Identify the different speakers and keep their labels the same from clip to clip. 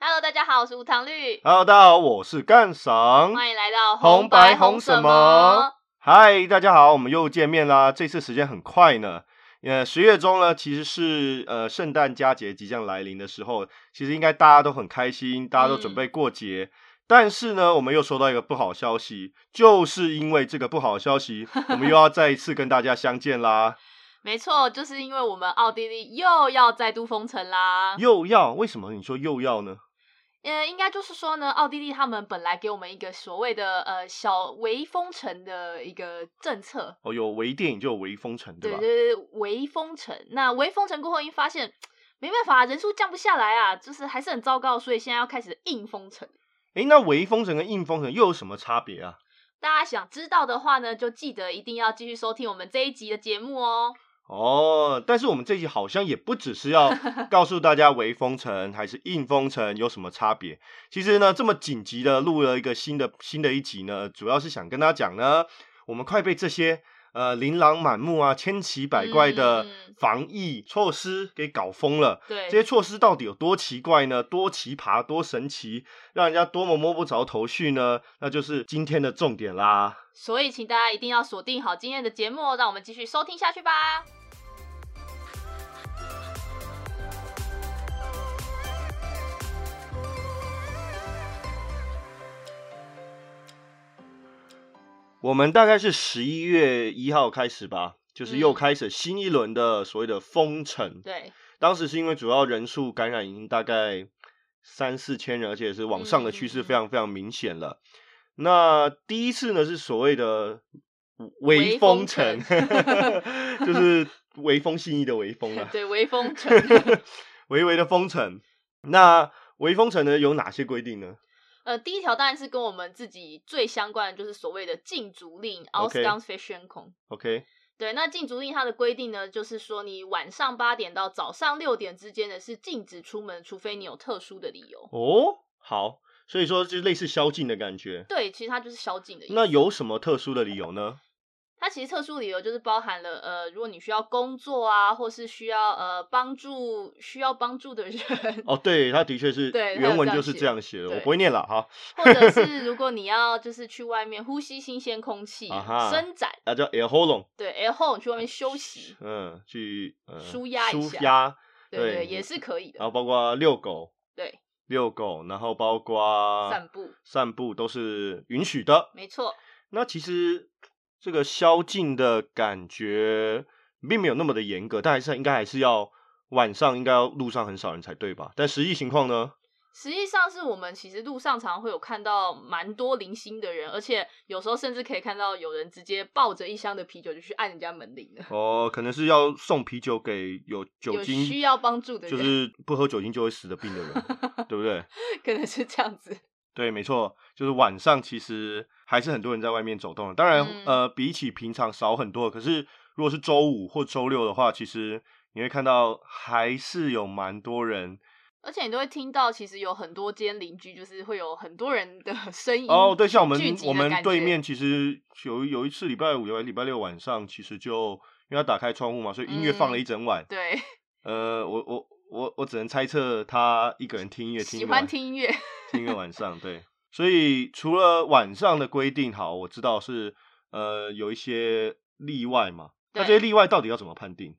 Speaker 1: Hello，大家好，我是无糖绿，
Speaker 2: Hello，大家好，我是干赏。
Speaker 1: 欢迎来到
Speaker 2: 嗯红白
Speaker 1: 白
Speaker 2: 红
Speaker 1: 什
Speaker 2: 什么？嗨，大家好，我们又见面啦。这次时间很快呢，呃，十月中呢，其实是呃圣诞佳节即将来临的时候，其实应该大家都很开心，大家都
Speaker 1: 嗯
Speaker 2: 准备过节。但是呢，我们又收到一个不好消息，就是因为这个不好 消息，我们又要再一次跟大家相见啦。
Speaker 1: 没错，就是因为我们奥地利又要再度封城啦。
Speaker 2: 又要为什么你说又要呢？
Speaker 1: 呃，应该就是说呢，奥地利他们本来给我们一个所谓的呃小微封城的一个政策，
Speaker 2: 哦，有微电影就有微风城，对
Speaker 1: 对，
Speaker 2: 吧
Speaker 1: 就？是微封城。那微封城过后，因为发现没办法，人数降不下来啊，就是还是很糟糕，所以现在要开始硬封城。
Speaker 2: 诶，那微风城跟硬风城又有什么差别啊？
Speaker 1: 大家想知道的话呢，就记得一定要继续收听我们这一集的节目哦。
Speaker 2: 哦，但是我们这集好像也不只是要告诉大家微封城还是硬封城有什么差别。其实呢，这么紧急的录了一个新的新的一集呢，主要是想跟大家讲呢，我们快被这些呃琳琅满目啊、千奇百怪的
Speaker 1: 嗯
Speaker 2: 防疫措施给搞疯了。
Speaker 1: 对，
Speaker 2: 这些措施到底有多奇怪呢？多奇葩，多神奇，让人家多么摸不着头绪呢？那就是今天的重点啦。
Speaker 1: 所以，请大家一定要锁定好今天的节目哦，让我们继续收听下去吧。
Speaker 2: 我们大概是十一月一号开始吧，就是又
Speaker 1: 嗯
Speaker 2: 开始新一轮的所谓的封城。
Speaker 1: 对，
Speaker 2: 当时是因为主要人数感染已经大概三四千人，而且是往上的趋
Speaker 1: 嗯
Speaker 2: 势非常非常明显了。那第一次呢是所谓的微
Speaker 1: 微
Speaker 2: 风
Speaker 1: 风
Speaker 2: 城
Speaker 1: 城，
Speaker 2: 就是微风信义的微风啊，
Speaker 1: 对，微风城。
Speaker 2: 微微的风城。那微风城呢有哪些规定呢？
Speaker 1: 呃，第一条当然是跟我们自己最相关的，就是所谓的禁足令 a u s
Speaker 2: OK
Speaker 1: g a n f i s h e n k o n
Speaker 2: OK，
Speaker 1: 对，那禁足令它的规定呢，就是说你晚上八点到早上六点之间呢是禁止出门，除非你有特殊的理由。
Speaker 2: 哦，好，所以说就类似宵禁的感觉。
Speaker 1: 对，其实它就是宵禁的意思。
Speaker 2: 那有什么特殊的理由呢？
Speaker 1: 它其实特殊理由就是包含了呃，如果你需要工作啊，或是需要呃帮助需要帮助的人，
Speaker 2: 哦，对，他的确是，
Speaker 1: 对它有
Speaker 2: 原文
Speaker 1: 这样
Speaker 2: 就是
Speaker 1: 写
Speaker 2: 这样写的，我
Speaker 1: 对
Speaker 2: 不会念了哈，
Speaker 1: 或者是如果你要就是去外面呼吸新鲜空气、
Speaker 2: 啊哈
Speaker 1: 伸展，
Speaker 2: 那叫 air holon，
Speaker 1: 对，然后你去外面休息，
Speaker 2: 嗯，去呃
Speaker 1: 舒压一
Speaker 2: 舒
Speaker 1: 下
Speaker 2: 压，
Speaker 1: 对
Speaker 2: 对
Speaker 1: 对，也是可以
Speaker 2: 然
Speaker 1: 的。
Speaker 2: 后包括遛狗，
Speaker 1: 对，
Speaker 2: 遛狗，然后包括
Speaker 1: 散步，
Speaker 2: 散步都是允许的。
Speaker 1: 没错，
Speaker 2: 那其实这个宵禁的感觉并没有那么的严格，但还是应该还是要晚上应该要路上很少人才对吧？但实际情况呢？
Speaker 1: 实际上是我们其实路上常会有看到蛮多零星的人，而且有时候甚至可以看到有人直接抱着一箱的啤酒就去按人家门铃了。
Speaker 2: 哦，可能是要送啤酒给有酒
Speaker 1: 有
Speaker 2: 精
Speaker 1: 需要帮助的人
Speaker 2: 就是不喝酒精就会死的病 的人，对不对？
Speaker 1: 可能是这样子，
Speaker 2: 对，没错，就是晚上其实还是很多人在外面走动的。当然，
Speaker 1: 嗯
Speaker 2: 呃，比起平常少很多，可是如果是周五或周六的话，其实你会看到还是有蛮多人。
Speaker 1: 而且你都会听到，其实有很多间邻居就是会有很多人的 声音
Speaker 2: 哦，对，像我们
Speaker 1: 嗯聚集的
Speaker 2: 我们
Speaker 1: 感
Speaker 2: 对
Speaker 1: 觉
Speaker 2: 面其实有有一次礼拜五，有一礼拜六晚上，其实就因为要打开窗户嘛，所以音乐放了
Speaker 1: 嗯
Speaker 2: 一整晚。
Speaker 1: 对
Speaker 2: 呃，我我我我只能猜测他一个人听音乐听一
Speaker 1: 喜
Speaker 2: 个
Speaker 1: 欢
Speaker 2: 晚
Speaker 1: 听音乐，
Speaker 2: 听一个晚上，对。所以除了晚上的规定，好，我知道是呃有一些例外嘛。那这
Speaker 1: 对
Speaker 2: 些例外到底要怎么判定？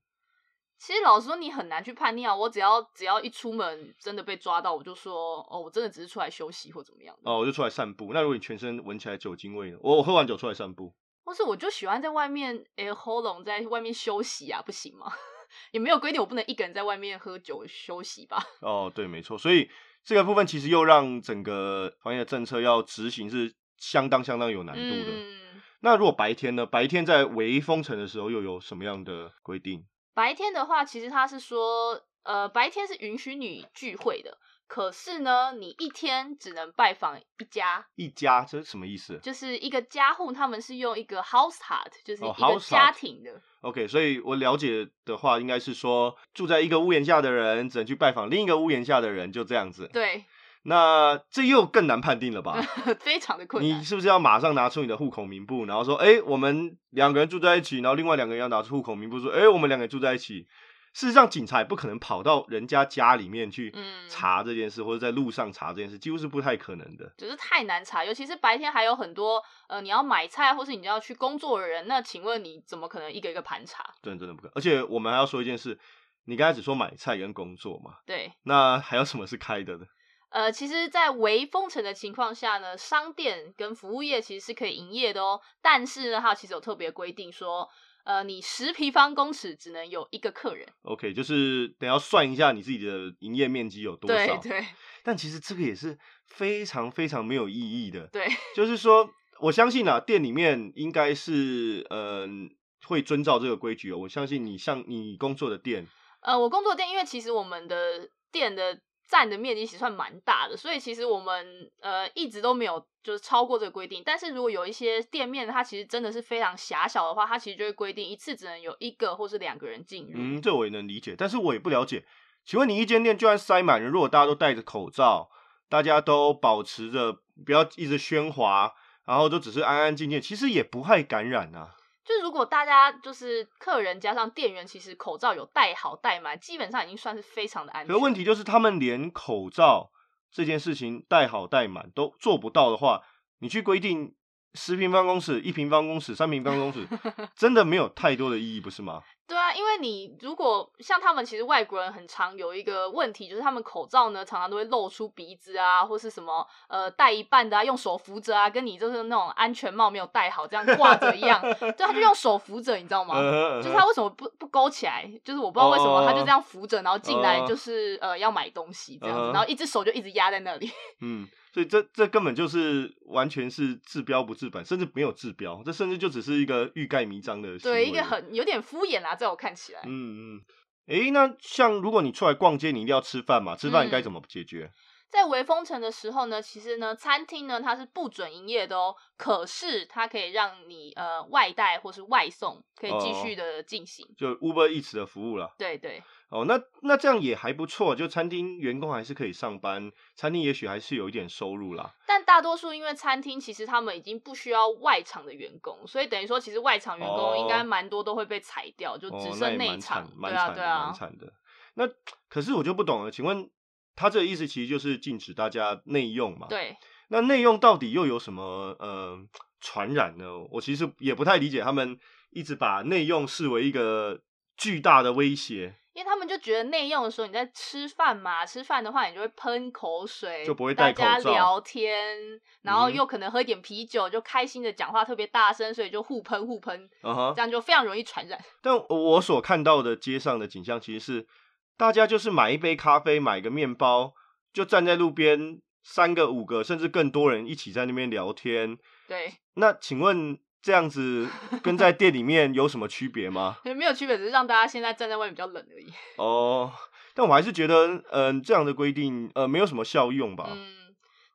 Speaker 1: 其实老实说，你很难去判定啊。我只要只要一出门，真的被抓到，我就说哦，我真的只是出来休息或怎么样的。
Speaker 2: 哦，我就出来散步。那如果你全身闻起来酒精味呢？我我喝完酒出来散步，
Speaker 1: 或是我就喜欢在外面，哎，喉咙在外面休息啊，不行吗？ 也没有规定我不能一个人在外面喝酒休息吧？
Speaker 2: 哦，对，没错。所以这个部分其实又让整个防疫的政策要执行是相当相当有难度的。
Speaker 1: 嗯，
Speaker 2: 那如果白天呢？白天在围封城的时候又有什么样的规定？
Speaker 1: 白天的话，其实他是说，呃，白天是允许你聚会的，可是呢，你一天只能拜访一家，
Speaker 2: 一家这是什么意思
Speaker 1: 就是一个家户，他们是用一个 house hut，就是
Speaker 2: 哦
Speaker 1: 一个
Speaker 2: house hut
Speaker 1: 家庭的。
Speaker 2: ？OK，所以我了解的话，应该是说住在一个屋檐下的人只能去拜访另一个屋檐下的人，就这样子。
Speaker 1: 对，
Speaker 2: 那这又更难判定了吧？
Speaker 1: 非常的困
Speaker 2: 你
Speaker 1: 难。
Speaker 2: 是不是要马上拿出你的户口名簿，然后说，哎、我们两个人住在一起，然后另外两个人要拿出户口名簿说，哎、我们两个人住在一起。事实上，警察也不可能跑到人家家里面去
Speaker 1: 嗯
Speaker 2: 查这件事，或者在路上查这件事，几乎是不太可能的。
Speaker 1: 只是太难查，尤其是白天还有很多呃，你要买菜或是你要去工作的人，那请问你怎么可能一个一个盘查？
Speaker 2: 真的真的不可能。而且我们还要说一件事，你刚才只说买菜跟工作嘛，
Speaker 1: 对，
Speaker 2: 那还有什么是开的呢？
Speaker 1: 呃，其实，在微封城的情况下呢，商店跟服务业其实是可以营业的哦，但是呢，它其实有特别规定说，呃，你十平方公尺只能有一个客人。
Speaker 2: OK，就是等一下算一下你自己的营业面积有多
Speaker 1: 对
Speaker 2: 少。
Speaker 1: 对
Speaker 2: 但其实这个也是非常非常没有意义的。
Speaker 1: 对，
Speaker 2: 就是说，我相信啊，店里面应该是嗯、会遵照这个规矩、哦。我相信你像你工作的店，
Speaker 1: 呃，我工作店，因为其实我们的店的占的面积其实算蛮大的，所以其实我们呃一直都没有就是超过这个规定。但是如果有一些店面它其实真的是非常狭小的话，它其实就会规定一次只能有一个或是两个人进入。
Speaker 2: 嗯，这我也能理解，但是我也不了解。请问你一间店就算塞满人，如果大家都戴着口罩，大家都保持着不要一直喧哗，然后都只是安安静静，其实也不会感染啊。
Speaker 1: 就如果大家就是客人加上店员，其实口罩有戴好戴满，基本上已经算是非常的安
Speaker 2: 可
Speaker 1: 全。
Speaker 2: 是问题就是，他们连口罩这件事情戴好戴满都做不到的话，你去规定十平方公尺、一平方公尺、三平方 公尺，真的没有太多的意义，不是吗？
Speaker 1: 对啊，因为你如果像他们，其实外国人很常有一个问题，就是他们口罩呢常常都会露出鼻子啊，或是什么呃戴一半的啊，用手扶着啊，跟你就是那种安全帽没有戴好这样挂着一 样。对，他就用手扶着，你知道吗？
Speaker 2: 呃
Speaker 1: 就是他为什么不不勾起来？就是我不知道为什么他就这样扶着，然后进来
Speaker 2: 哦
Speaker 1: 就是呃要买东西这样
Speaker 2: 嗯
Speaker 1: 子，
Speaker 2: 哼
Speaker 1: 然后一只手就一直压在那里。
Speaker 2: 嗯，所以这这根本就是完全是治标不治本，甚至没有治标，这甚至就只是一个欲盖弥彰的行为
Speaker 1: 对，一个很有点敷衍啊，在我看起来。
Speaker 2: 嗯嗯。诶，那像如果你出来逛街，你一定要吃饭嘛？吃饭你该
Speaker 1: 嗯
Speaker 2: 怎么解决？
Speaker 1: 在微封城的时候呢，其实呢，餐厅呢它是不准营业的哦，可是它可以让你呃外带或是外送，可以继
Speaker 2: 哦
Speaker 1: 续的进行。
Speaker 2: 就 Uber Eats 的服务啦。
Speaker 1: 对对
Speaker 2: 哦，那那这样也还不错，就餐厅员工还是可以上班，餐厅也许还是有一点收入啦。
Speaker 1: 但大多数因为餐厅其实他们已经不需要外场的员工，所以等于说其实外场员
Speaker 2: 哦
Speaker 1: 工应该蛮多都会被裁掉，就
Speaker 2: 哦
Speaker 1: 只，
Speaker 2: 那也
Speaker 1: 剩内
Speaker 2: 蛮
Speaker 1: 场
Speaker 2: 惨，。蛮
Speaker 1: 对啊
Speaker 2: 惨
Speaker 1: 对
Speaker 2: 的，蛮
Speaker 1: 啊，
Speaker 2: 惨的。那可是我就不懂了，请问他这个意思其实就是禁止大家内用嘛？。
Speaker 1: 对。
Speaker 2: 那内用到底又有什么呃传染呢？我其实也不太理解，他们一直把内用视为一个巨大的威胁，
Speaker 1: 因为他们就觉得内用的时候你在吃饭嘛，吃饭的话你就会喷口水，
Speaker 2: 就不会戴口罩
Speaker 1: 大家聊天，然后
Speaker 2: 嗯
Speaker 1: 又可能喝一点啤酒，就开心的讲话特别大声，所以就互喷互喷，
Speaker 2: 啊哈
Speaker 1: 这。样就非常容易传染。
Speaker 2: 但我所看到的街上的景象，其实是大家就是买一杯咖啡，买个面包，就站在路边，三个、五个甚至更多人一起在那边聊天。
Speaker 1: 对，
Speaker 2: 那请问这 样子跟在店里面有什么区别吗？
Speaker 1: 没有区别，只是让大家现在站在外面比较冷而已。
Speaker 2: 哦，但我还是觉得，嗯、这样的规定，呃，没有什么效用吧。
Speaker 1: 嗯，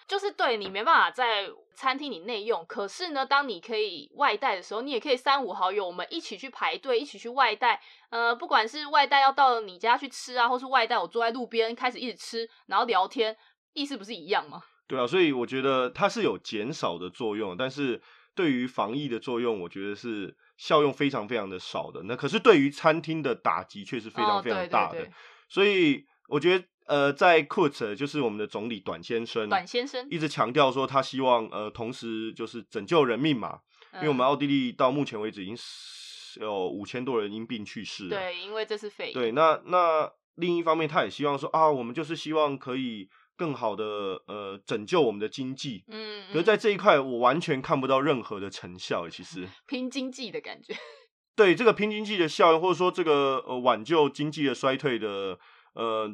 Speaker 1: 就是对你没办法在餐厅里内用，可是呢，当你可以外带的时候，你也可以三五好友我们一起去排队，一起去外带。呃，不管是外带要到你家去吃啊，或是外带我坐在路边开始一直吃，然后聊天，意思不是一样吗？
Speaker 2: 对啊，所以我觉得它是有减少的作用，但是对于防疫的作用，我觉得是效用非常非常的少的。那可是对于餐厅的打击却是非常
Speaker 1: 哦
Speaker 2: 非常大的。
Speaker 1: 对对对
Speaker 2: 所以我觉得，呃，在库兹就是我们的总理短先生，
Speaker 1: 短先生，
Speaker 2: 一直强调说他希望，呃，同时就是拯救人命嘛，因为我们
Speaker 1: 嗯
Speaker 2: 奥地利到目前为止已经死有五千多人因病去世了。
Speaker 1: 对，因为这是肺炎，
Speaker 2: 对，那那另一方面，他也希望说啊，我们就是希望可以更好的呃拯救我们的经济。
Speaker 1: 嗯，
Speaker 2: 可是
Speaker 1: 嗯
Speaker 2: 在这一块，我完全看不到任何的成效。欸其实，
Speaker 1: 拼经济的感觉，
Speaker 2: 对这个拼经济的效应，或者说这个呃挽救经济的衰退的呃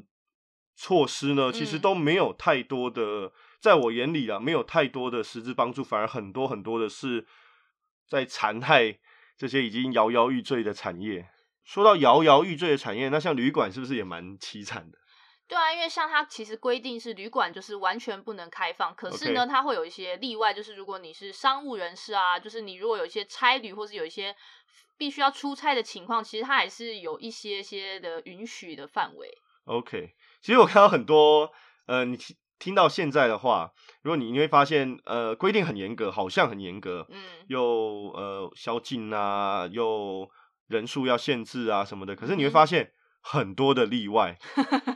Speaker 2: 措施呢，其实
Speaker 1: 嗯
Speaker 2: 都没有太多的，在我眼里啊，没有太多的实质帮助，反而很多很多的是在残害这些已经摇摇欲坠的产业。说到摇摇欲坠的产业，那像旅馆是不是也蛮凄惨的？
Speaker 1: 对啊，因为像它其实规定是旅馆就是完全不能开放，可是呢
Speaker 2: OK
Speaker 1: 它会有一些例外，就是如果你是商务人士啊，就是你如果有一些差旅或是有一些必须要出差的情况，其实它还是有一些些的允许的范围。
Speaker 2: OK，其实我看到很多，呃，你听听到现在的话，如果你你会发现，呃，规定很严格，好像很严格，
Speaker 1: 嗯，
Speaker 2: 又
Speaker 1: 嗯
Speaker 2: 呃宵禁啊，又人数要限制啊什么的。可是你会发现，很多的例外，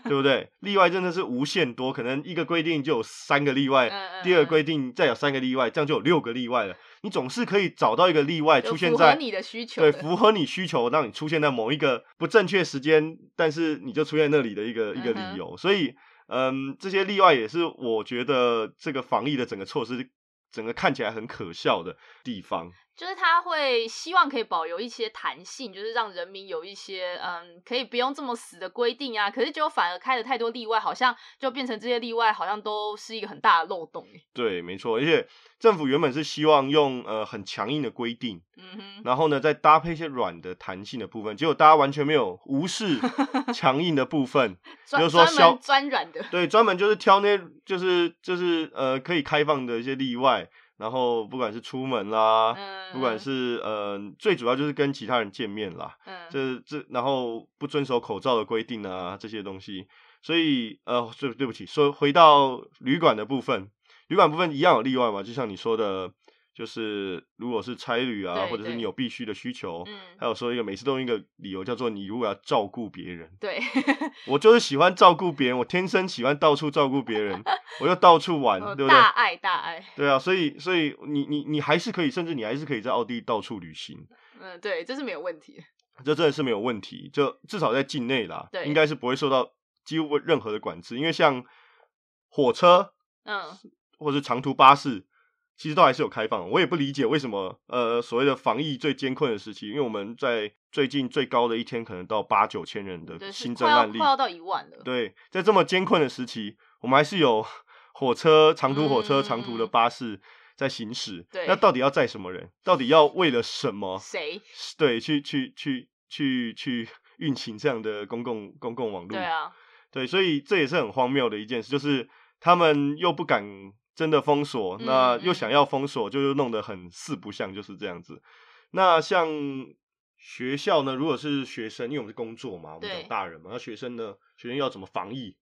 Speaker 2: 对不对？例外真的是无限多，可能一个规定就有三个例外，
Speaker 1: 嗯
Speaker 2: 呃第二个规定再有三个例外，这样就有六个例外了。你总是可以找到一个例外
Speaker 1: 就
Speaker 2: 出现
Speaker 1: 符合
Speaker 2: 在
Speaker 1: 你的需求
Speaker 2: 对
Speaker 1: 的
Speaker 2: 符合你需求，让你出现在某一个不正确时间，但是你就出现在那里的一个一个
Speaker 1: 嗯哼
Speaker 2: 理由。所以，嗯，这些例外也是我觉得这个防疫的整个措施，整个看起来很可笑的地方。
Speaker 1: 就是他会希望可以保留一些弹性，就是让人民有一些嗯，可以不用这么死的规定啊。可是结果反而开了太多例外，好像就变成这些例外好像都是一个很大的漏洞耶。欸
Speaker 2: 对，没错，而且政府原本是希望用呃很强硬的规定，
Speaker 1: 嗯哼，
Speaker 2: 然后呢，再搭配一些软的弹性的部分，结果大家完全没有 无视强硬的部分，比
Speaker 1: 专
Speaker 2: 如说
Speaker 1: 专门
Speaker 2: 消
Speaker 1: 专软的，
Speaker 2: 对，专门就是挑那些就是就是呃可以开放的一些例外，然后不管是出门啦，
Speaker 1: 嗯，
Speaker 2: 啊不管是呃最主要就是跟其他人见面啦，
Speaker 1: 嗯
Speaker 2: 这这然后不遵守口罩的规定啊这些东西，所以呃对对不起，说回到旅馆的部分，旅馆部分一样有例外嘛，就像你说的，就是如果是差旅啊，
Speaker 1: 对
Speaker 2: 或者是
Speaker 1: 对
Speaker 2: 你有必须的需求，
Speaker 1: 嗯
Speaker 2: 还有说一个每次都用一个理由叫做你如果要照顾别人，
Speaker 1: 对，
Speaker 2: 我就是喜欢照顾别人，我天生喜欢到处照顾别人， 我就到处玩，
Speaker 1: 呃
Speaker 2: 对不对
Speaker 1: 大？爱大爱，
Speaker 2: 对啊，所以所以你你你还是可以，甚至你还是可以在奥地利到处旅行，
Speaker 1: 嗯，对，这是没有问题的。
Speaker 2: 这真的是没有问题。就至少在境内啦，
Speaker 1: 对
Speaker 2: 应该是不会受到几乎任何的管制，因为像火车
Speaker 1: 嗯，
Speaker 2: 或是长途巴士，其实都还是有开放的。我也不理解为什么，呃，所谓的防疫最艰困的时期，因为我们在最近最高的一天可能到八九千人的
Speaker 1: 对，是
Speaker 2: 新增
Speaker 1: 快要
Speaker 2: 案例
Speaker 1: 快，要到一万了。
Speaker 2: 对，在这么艰困的时期，我们还是有火车、长途火车、长途的
Speaker 1: 嗯
Speaker 2: 巴士在行驶。
Speaker 1: 对
Speaker 2: 那到底要载什么人？到底要为了什么？
Speaker 1: 谁？
Speaker 2: 对，去去去去去运行这样的公共公共网络。
Speaker 1: 对啊，
Speaker 2: 对，所以这也是很荒谬的一件事，就是他们又不敢真的封锁，
Speaker 1: 嗯
Speaker 2: 那
Speaker 1: 嗯
Speaker 2: 又想要封锁，就是弄得很四不像，就是这样子。那像学校呢，如果是学生，因为我们是工作嘛，我们
Speaker 1: 对
Speaker 2: 讲大人嘛，那学生呢，学生要怎么防疫？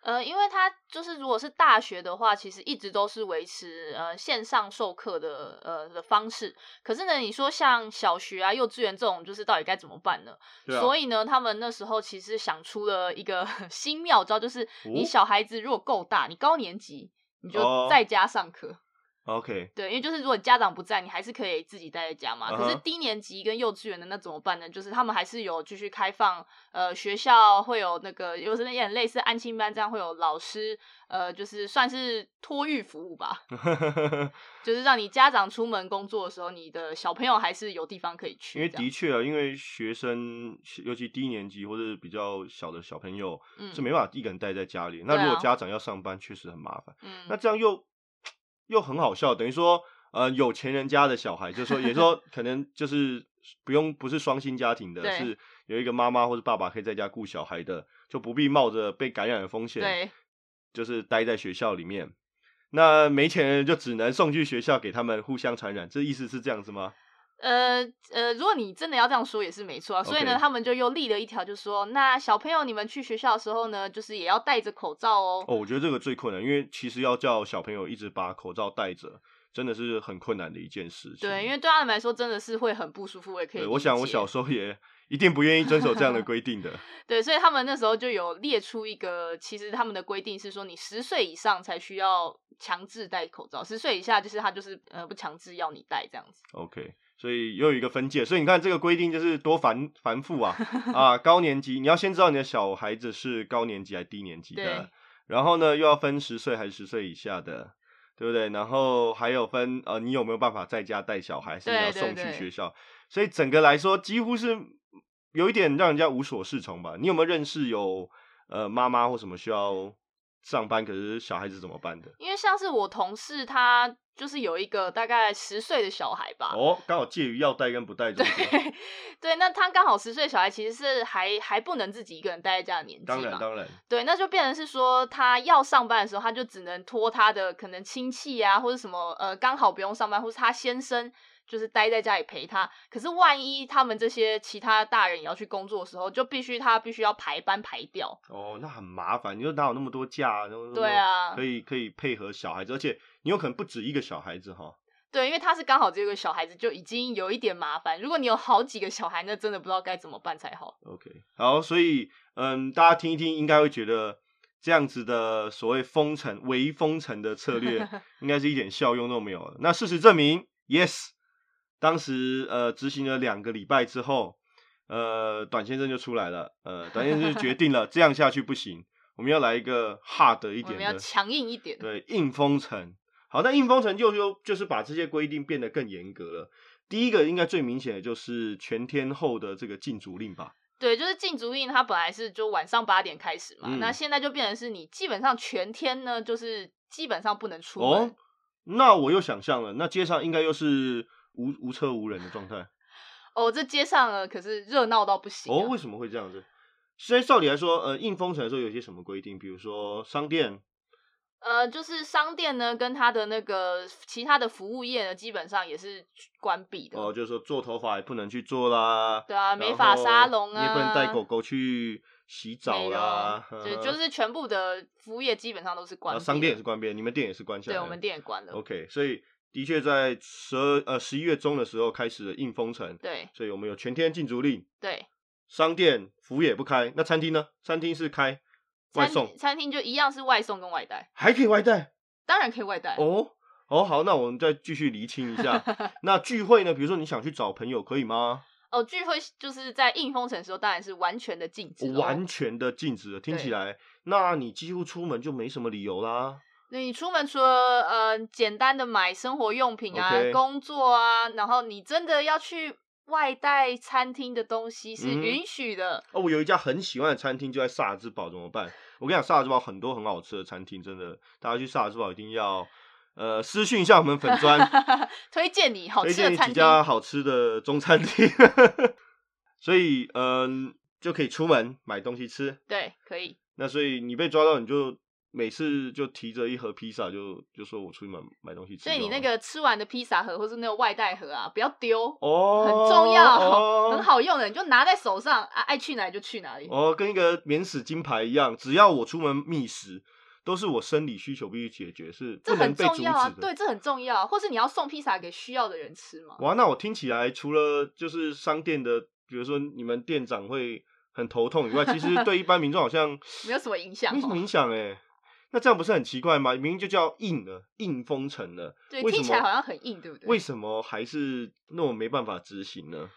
Speaker 1: 呃，因为他就是如果是大学的话，其实一直都是维持呃线上授课的呃的方式。可是呢，你说像小学啊、幼稚园这种，就是到底该怎么办呢？
Speaker 2: 对啊，
Speaker 1: 所以呢，他们那时候其实想出了一个 新妙招，就是你
Speaker 2: 哦
Speaker 1: 小孩子如果够大，你高年级你
Speaker 2: 哦
Speaker 1: 就在家上课。
Speaker 2: OK，
Speaker 1: 对，因为就是如果家长不在，你还是可以自己待在家嘛。可是
Speaker 2: 嗯哼
Speaker 1: 低年级跟幼稚园的那怎么办呢？就是他们还是有继续开放，呃，学校会有那个，有点类似安亲班这样，会有老师，呃，就是算是托育服务吧，
Speaker 2: 嗯
Speaker 1: 就是让你家长出门工作的时候，你的小朋友还是有地方可以去
Speaker 2: 因
Speaker 1: 这
Speaker 2: 为
Speaker 1: 样。
Speaker 2: 的确啊，因为学生尤其低年级或者比较小的小朋友、
Speaker 1: 嗯
Speaker 2: 是没办法一个人待在家里，那
Speaker 1: 对啊
Speaker 2: 如果家长要上班，确实很麻烦。
Speaker 1: 嗯，
Speaker 2: 那这样又又很好笑，等于说，呃，有钱人家的小孩，就是说，也就是说可能就是不用不是双薪家庭的，
Speaker 1: 对
Speaker 2: 是有一个妈妈或者爸爸可以在家顾小孩的，就不必冒着被感染的风险，
Speaker 1: 对
Speaker 2: 就是待在学校里面。那没钱人就只能送去学校给他们互相传染，这意思是这样子吗？
Speaker 1: 呃呃，如果你真的要这样说也是没错啊。所以呢，
Speaker 2: OK
Speaker 1: 他们就又立了一条，就说那小朋友你们去学校的时候呢，就是也要戴着口罩哦。
Speaker 2: 哦，我觉得这个最困难，因为其实要叫小朋友一直把口罩戴着，真的是很困难的一件事情。
Speaker 1: 对，因为对他们来说真的是会很不舒服，我也可以
Speaker 2: 对
Speaker 1: 理解。
Speaker 2: 我想我小时候也一定不愿意遵守这样的规 定的。
Speaker 1: 对，所以他们那时候就有列出一个，其实他们的规定是说，你十岁以上才需要强制戴口罩，十岁以下就是他就是呃不强制要你戴这样子。
Speaker 2: OK，所以又有一个分界，所以你看这个规定就是多繁繁 复啊啊！高年级你要先知道你的小孩子是高年级还是低年级
Speaker 1: 对
Speaker 2: 的，然后呢又要分十岁还是十岁以下的，对不对？然后还有分呃你有没有办法在家带小孩，还是你
Speaker 1: 对
Speaker 2: 要
Speaker 1: 对
Speaker 2: 送去
Speaker 1: 对
Speaker 2: 学校，所以整个来说几乎是有一点让人家无所适从吧。你有没有认识有呃妈妈或什么需要上班，可是小孩子怎么办的？
Speaker 1: 因为像是我同事他就是有一个大概十岁的小孩吧，
Speaker 2: 哦，刚好介于要带跟不带中间，
Speaker 1: 对， 那他刚好十岁小孩其实是还还不能自己一个人待在家的年纪
Speaker 2: 当然
Speaker 1: 嘛，
Speaker 2: 当然。
Speaker 1: 对，那就变成是说，他要上班的时候，他就只能托他的可能亲戚啊，或者什么呃，刚好不用上班，或是他先生就是待在家里陪他。可是万一他们这些其他大人也要去工作的时候，就必须他必须要排班排掉。
Speaker 2: 哦，那很麻烦，你说哪有那么多假、啊？然后
Speaker 1: 对，啊
Speaker 2: 可，以可以配合小孩子，而且你有可能不止一个小孩子哈。
Speaker 1: 对，因为他是刚好只有一个小孩子，就已经有一点麻烦。如果你有好几个小孩，那真的不知道该怎么办才好。
Speaker 2: OK，好，所以嗯，大家听一听，应该会觉得这样子的所谓封城、微封城的策 略，应该是一点效用都没有了。那事实证明，yes，当时呃执行了两个礼拜之后，呃，短先生就出来了，呃，短先生就决定了，这样下去不行，我们要来一个 hard 一
Speaker 1: 我
Speaker 2: 点
Speaker 1: 们要
Speaker 2: 的，
Speaker 1: 强硬一点。
Speaker 2: 对，硬封城。好，那硬封城就就就是把这些规定变得更严格了。第一个应该最明显的就是全天候的这个禁足令吧。
Speaker 1: 对，就是禁足令，它本来是就晚上八点开始嘛，
Speaker 2: 嗯
Speaker 1: 那现在就变成是你基本上全天呢，就是基本上不能出门。
Speaker 2: 哦，那我又想象了，那街上应该又是无无车无人的状态。
Speaker 1: 哦，这街上呢可是热闹到不行、
Speaker 2: 哦，
Speaker 1: 啊。
Speaker 2: 为什么会这样子？所以照理来说，呃，硬封城的时候有些什么规定？比如说商店，
Speaker 1: 呃，就是商店呢跟它的那个其他的服务业呢，基本上也是关闭的。
Speaker 2: 哦、就是说做头发也不能去做啦，
Speaker 1: 对啊，美
Speaker 2: 然
Speaker 1: 发
Speaker 2: 后
Speaker 1: 沙龙
Speaker 2: 你
Speaker 1: 啊，
Speaker 2: 也不能带狗狗去洗澡
Speaker 1: 美容
Speaker 2: 啦，
Speaker 1: 对，
Speaker 2: 呵呵
Speaker 1: 就是全部的服务业基本上都是
Speaker 2: 然
Speaker 1: 关
Speaker 2: 后
Speaker 1: 闭的。
Speaker 2: 商店也是关闭的，你们店也是关起来
Speaker 1: 对，
Speaker 2: 的。
Speaker 1: 我们店也关了。
Speaker 2: OK，所以的确在十二呃十一月中的时候开始了硬封城，
Speaker 1: 对
Speaker 2: 所以我们有全天禁足令，
Speaker 1: 对，
Speaker 2: 商店服务业不开，那餐厅呢？餐厅是开外
Speaker 1: 餐
Speaker 2: 送，
Speaker 1: 餐厅就一样是外送跟外带，
Speaker 2: 还可以外带
Speaker 1: 当然可以外带。
Speaker 2: 哦。哦，好，那我们再继续厘清一 下。那聚会呢？比如说你想去找朋友，可以吗？
Speaker 1: 哦，聚会就是在硬封城的时候，当然是完全的禁止、哦。
Speaker 2: 完全的禁止了，听起
Speaker 1: 对
Speaker 2: 来，那你几乎出门就没什么理由啦。
Speaker 1: 那你出门除了呃简单的买生活用品啊、
Speaker 2: OK
Speaker 1: 工作啊，然后你真的要去外带餐厅的东西是
Speaker 2: 嗯
Speaker 1: 允许的。
Speaker 2: 哦，我有一家很喜欢的餐厅就在萨尔兹堡，怎么办？我跟你讲，萨尔兹堡很多很好吃的餐厅，真的，大家去萨尔兹堡一定要，呃，私讯一下我们粉砖，
Speaker 1: 推荐你好
Speaker 2: 推
Speaker 1: 吃
Speaker 2: 荐
Speaker 1: 的
Speaker 2: 你
Speaker 1: 餐厅，
Speaker 2: 几家好吃的中餐厅， 所以嗯、就可以出门买东西吃。
Speaker 1: 对，可以。
Speaker 2: 那所以你被抓到，你就每次就提着一盒披萨，就就说我出去买买东西吃就
Speaker 1: 所
Speaker 2: 好了。
Speaker 1: 以你那个吃完的披萨盒或是那个外带盒啊，不要丢，
Speaker 2: 哦，
Speaker 1: 很重要，
Speaker 2: 哦、
Speaker 1: 很。好用的，你就拿在手上啊，爱去哪里就去哪里。
Speaker 2: 哦，跟一个免死金牌一样，只要我出门觅食，都是我生理需求必须解决，是
Speaker 1: 这
Speaker 2: 不能
Speaker 1: 很
Speaker 2: 被阻
Speaker 1: 重
Speaker 2: 止
Speaker 1: 要啊
Speaker 2: 的。，
Speaker 1: 对，这很重要啊。或是你要送披萨给需要的人吃嘛？
Speaker 2: 哇，那我听起来除了就是商店的，比如说你们店长会很头痛以外，其实对一般民众好像
Speaker 1: 没有什么影响
Speaker 2: 没什么
Speaker 1: 哦。
Speaker 2: 影响哎、那这样不是很奇怪吗？明明就叫硬了，硬封城了，
Speaker 1: 对，
Speaker 2: 为什
Speaker 1: 听起来
Speaker 2: 么
Speaker 1: 好像很硬，对不对？
Speaker 2: 为什么还是那我没办法执行呢？